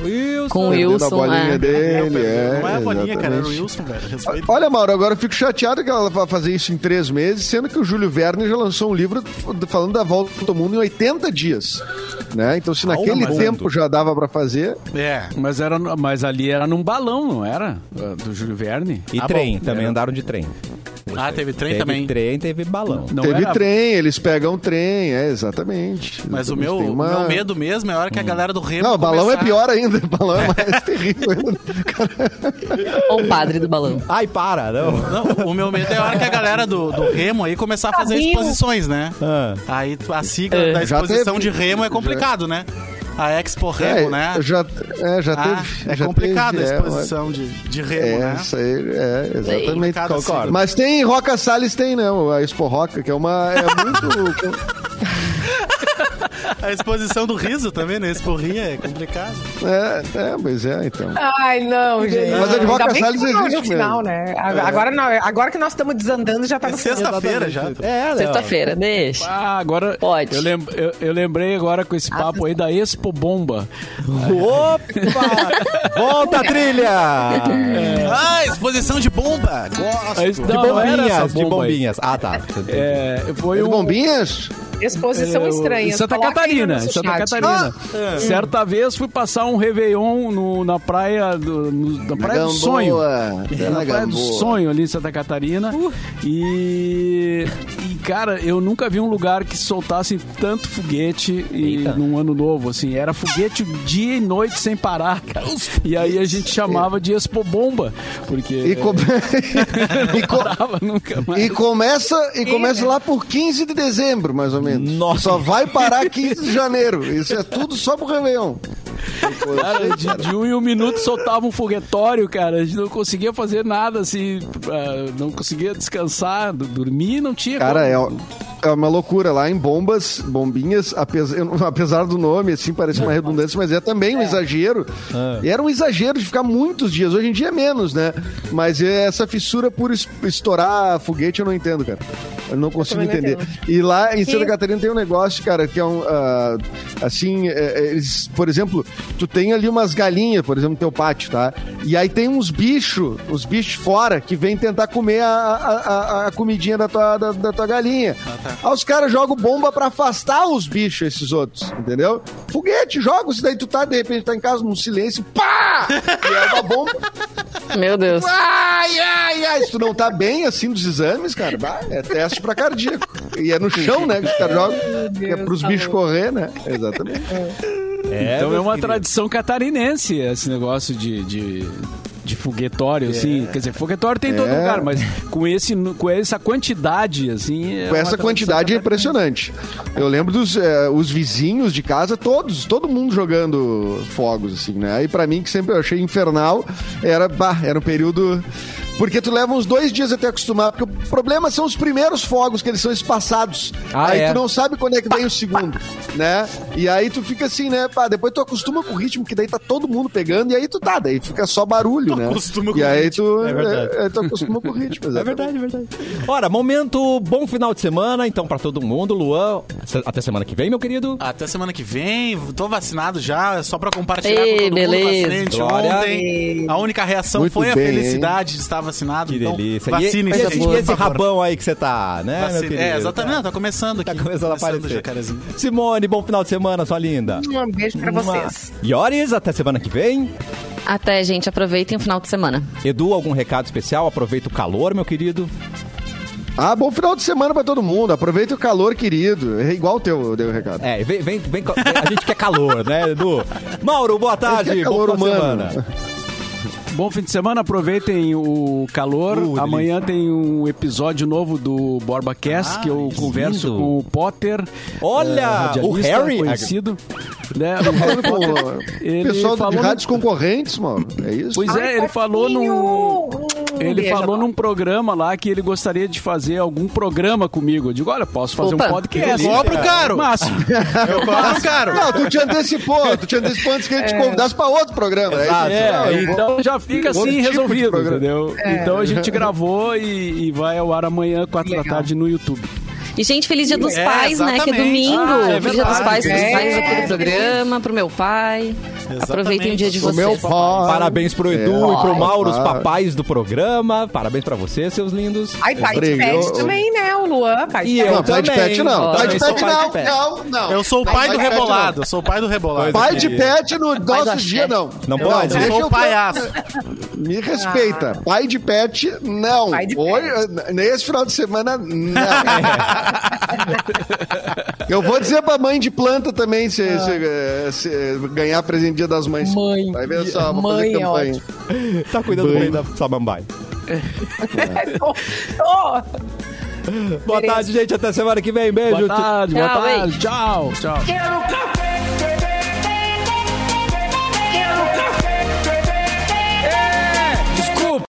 S4: Com o
S3: Perdendo a
S4: Wilson,
S3: bolinha
S4: é.
S5: Não
S3: dele, é,
S5: é a bolinha, cara, era o
S3: exatamente.
S5: Wilson, velho. Respeito.
S3: Olha, Mauro, agora eu fico chateado que ela vai fazer isso em três meses, sendo que o Júlio Verne já lançou um livro f- falando da volta ao mundo em 80 dias. Né? Então, se naquele
S2: mundo.
S3: tempo já dava pra fazer.
S5: É.
S2: Mas, era, mas ali era num balão, não era? Ah, Do Júlio Verne.
S1: E
S5: Ah,
S1: trem,
S5: bom.
S1: também andaram de trem.
S5: Ah, teve trem
S1: teve
S5: também.
S1: trem, teve balão.
S2: Não
S3: teve
S2: era-
S3: trem, eles pegam trem, é, exatamente.
S5: Mas o
S3: Exatamente,
S5: meu,
S3: tem
S5: o
S3: uma- Hum.
S5: meu medo mesmo é a hora que a galera do Remo.
S3: Não, o balão é
S5: começar-
S3: pior ainda. *laughs* O balão é mais terrível ainda.
S4: Ou o padre do balão.
S1: Ai, para, não.
S5: Não, o meu medo é a hora que a galera do, do Remo aí começar a fazer
S6: Sabinho.
S5: exposições, né?
S1: Ah.
S5: Aí tu- a sigla da
S3: Já
S5: exposição de
S3: teve.
S5: Remo é complicado, né? A Expo Remo,
S3: é,
S5: né?
S3: Já, é, já
S5: Ah,
S3: teve.
S5: é
S3: já
S5: complicado
S3: teve,
S5: a
S3: é,
S5: exposição de, de
S3: É,
S5: Remo, né?
S3: essa aí, é, exatamente.
S5: Complicado, assim.
S1: concordo.
S3: Mas tem Roca Salles, tem, né? A Expo Roca, que é uma. É
S2: *laughs*
S3: muito.
S5: A exposição do riso também, né? Expo Ria é complicado.
S3: É, é, mas é, então.
S6: Ai, não, gente.
S3: Mas a de Roca
S6: Ainda bem que
S3: Salles
S6: não é
S3: existe É.
S6: no final, né? Agora, não, agora que nós estamos desandando, já tá
S5: É
S6: no final.
S5: sexta-feira já.
S1: É, Léo.
S4: Sexta-feira, deixa.
S2: Ah, agora.
S4: Pode.
S2: Eu, lem- eu- eu lembrei agora com esse papo aí da Expo Bomba.
S1: Opa! Volta a trilha!
S5: Ah, exposição de bomba! Gosto!
S2: É. Não,
S1: De
S2: não era essa
S1: bombinhas, de
S2: bomba aí.
S1: bombinhas. Ah, tá.
S2: É, foi
S3: Os
S2: um.
S3: bombinhas?
S6: Exposição
S2: É,
S6: estranha.
S2: Em Santa
S6: Coloca aí no
S2: Catarina.
S6: nosso
S2: em Santa
S6: chat.
S2: Catarina. Certa vez fui passar um Réveillon no- na praia do, no- na praia do Sonho.
S3: É, né,
S2: É, Na Praia do Sonho, ali em Santa Catarina. E, e, cara, eu nunca vi um lugar que soltasse tanto foguete e,
S1: Eita.
S2: num ano novo, assim. Era foguete dia e noite sem parar, cara. E aí a gente chamava de Expo Bomba, porque
S3: E, come-
S2: É.
S3: *laughs* e, co-
S2: parava nunca mais.
S3: e começa, e começa lá por 15 de dezembro, mais ou menos.
S1: Nossa.
S3: Só vai parar 15 de janeiro. Isso é tudo só pro Réveillon.
S2: Cara, de, de um em um minuto soltava um foguetório, cara. A gente não conseguia fazer nada, assim, pra- não conseguia descansar, do- dormir, não tinha.
S3: Cara,
S2: como.
S3: é, é uma loucura. Lá em Bombas, Bombinhas, apesar, eu não- *laughs* apesar do nome, assim, parece uma redundância, mas é também um exagero. E era um exagero de ficar muitos dias. Hoje em dia é menos, né? Mas é essa fissura por es- estourar foguete, eu não entendo, cara. Eu não consigo
S6: também não
S3: entender. E lá em Santa Catarina tem um negócio, cara, que é um. ah, assim, é, é, eles, por exemplo, tu tem ali umas galinhas, por exemplo, no teu pátio, tá? E aí tem uns bichos, uns bichos fora, que vêm tentar comer a, a, a- a comidinha da tua, da, da tua galinha. Aí os caras jogam bomba pra afastar os bichos, esses outros, entendeu? Foguete, joga, se daí tu tá, de repente, tá em casa num silêncio, pá! E aí uma bomba.
S4: Meu Deus.
S3: Ai, ai, ai, se tu não tá bem assim dos exames, cara, bah, é teste pra cardíaco. E é no chão, né? Que os caras jogam. que é pros bichos correr, né? Exatamente.
S2: então é
S1: meus
S2: uma
S1: queridos.
S2: tradição catarinense esse negócio de. de... de foguetório, assim. Quer dizer, foguetório tem em todo
S3: É.
S2: lugar, mas com, esse, com essa quantidade, assim. é uma
S3: Com essa
S2: tradição
S3: quantidade é impressionante. Eu lembro dos eh, os vizinhos de casa, todos, todo mundo jogando fogos, assim, né? E pra mim, que sempre eu achei infernal, era, bah, era um período. Porque tu leva uns dois dias até acostumar, porque o problema são os primeiros fogos, que eles são espaçados.
S2: Ah,
S3: aí
S2: é.
S3: tu não sabe quando é que vem o segundo, né? E aí tu fica assim, né? Pá, depois tu acostuma com o ritmo, que daí tá todo mundo pegando, e aí tu tá, daí fica só barulho, né?
S5: acostuma com
S3: e
S5: o
S3: aí tu,
S1: É verdade.
S3: eh, eh, tu acostuma com o ritmo,
S1: É
S3: exatamente.
S1: verdade, é verdade. Ora, momento bom final de semana, então, pra todo mundo. Luan, se- até semana que vem, meu querido.
S5: Até semana que vem, tô vacinado já, é só pra compartilhar
S4: Ei,
S5: com todo mundo
S4: beleza.
S5: vacinante.
S1: Glória.
S5: Ontem, a única reação
S3: Muito
S5: foi a
S3: bem,
S5: felicidade de estar vacinado.
S1: Que
S5: então,
S1: delícia. E-
S5: Vacine,
S1: e, esse- e esse
S5: rapaz.
S1: rabão aí que você tá, né, meu querido?
S5: É, exatamente, tá começando aqui.
S1: Tá começando a aparecer.
S5: jacarezinho.
S1: Simone, bom final de semana, sua linda.
S6: Um beijo pra vocês.
S1: Ioris, até semana que vem.
S4: Até, gente. Aproveitem o final de semana.
S1: Edu, algum recado especial? Aproveita o calor, meu querido.
S3: Ah, bom final de semana pra todo mundo. Aproveita o calor, querido. É igual o teu, eu dei o *laughs* recado.
S1: É, vem, vem, vem co- a gente quer calor, né, Edu? Mauro, boa tarde.
S3: quer calor
S1: bom final de
S3: humano.
S1: semana.
S2: Bom fim de semana, aproveitem o calor.
S1: Uh,
S2: Amanhã tem um episódio novo do Borba Cast que eu
S1: que
S2: converso
S1: Ah, lindo.
S2: com o Potter.
S1: Olha,
S2: eh, radialista,
S1: o Harry.
S2: conhecido. Né? O
S3: Falando com
S2: Potter,
S3: o
S2: ele
S3: pessoal de
S2: falou no-
S3: rádios concorrentes, mano. É isso?
S2: Pois é, ele falou
S3: Um
S2: num. Ele falou num programa lá que ele gostaria de fazer algum programa comigo. Eu digo, olha, posso fazer
S4: Opa.
S2: um
S3: é
S2: podcast.
S5: Eu cobro, caro.
S2: Mas,
S5: Eu cobro, cara.
S3: Ah, Não, *laughs* É. tu te antecipou. Tu te antecipou antes que ele te convidasse pra outro programa. É, isso? Não,
S2: *laughs* é,
S3: eu vou-
S2: então já fica
S3: Outro
S2: assim
S3: tipo de
S2: resolvido,
S3: programa. É.
S2: entendeu? Então a gente gravou e, e vai ao ar amanhã, quatro da tarde, no YouTube.
S4: E, gente, feliz dia dos
S5: É,
S4: pais, né? Que é
S5: exatamente.
S4: domingo.
S2: Ah, é
S4: feliz dia dos
S2: verdade.
S4: pais, pros
S6: É.
S4: pais aqui do programa, pro meu pai. Aproveitem o dia de
S3: O meu
S4: vocês.
S3: pai.
S1: Parabéns pro Edu
S3: É,
S1: e pro Mauro, os
S3: pai.
S1: papais do programa. Parabéns pra vocês, seus lindos.
S6: Ai, pai de
S3: Obrigado.
S6: pet também, né? O Luan, pai de
S1: E
S6: pet.
S1: eu
S3: Não, pai de
S1: também.
S3: pet não.
S1: Ó,
S3: Pai
S1: eu
S3: de
S1: sou
S3: pet
S1: pai de
S3: não.
S1: pet.
S3: Não, não.
S5: Eu sou o pai do
S3: Pai de pet,
S5: rebolado, eu sou o pai do rebolado.
S3: Pai de pet no nosso
S4: acho
S3: dia,
S4: que-
S3: não.
S1: Não
S5: Eu
S1: pode?
S5: Eu
S3: Deixa
S5: sou
S3: eu-
S5: o palhaço.
S3: Me respeita. Pai de pet, não.
S6: Ah. Pai de pet.
S3: Hoje, nesse final de semana, não. Eu vou dizer pra mãe de planta também se, se- eh, se ganhar presente dia das mães.
S6: Ah. Mãe.
S3: Vai ver só, vou
S6: Mãe
S3: fazer
S6: é
S3: campanha.
S1: Tá cuidando bem da samambaia.
S6: *laughs* Tô- tô.
S1: Boa tarde, gente. Até semana que vem. Beijo.
S2: Boa tarde, boa
S4: Tchau,
S2: tarde. Tchau, tchau.
S6: Quero café!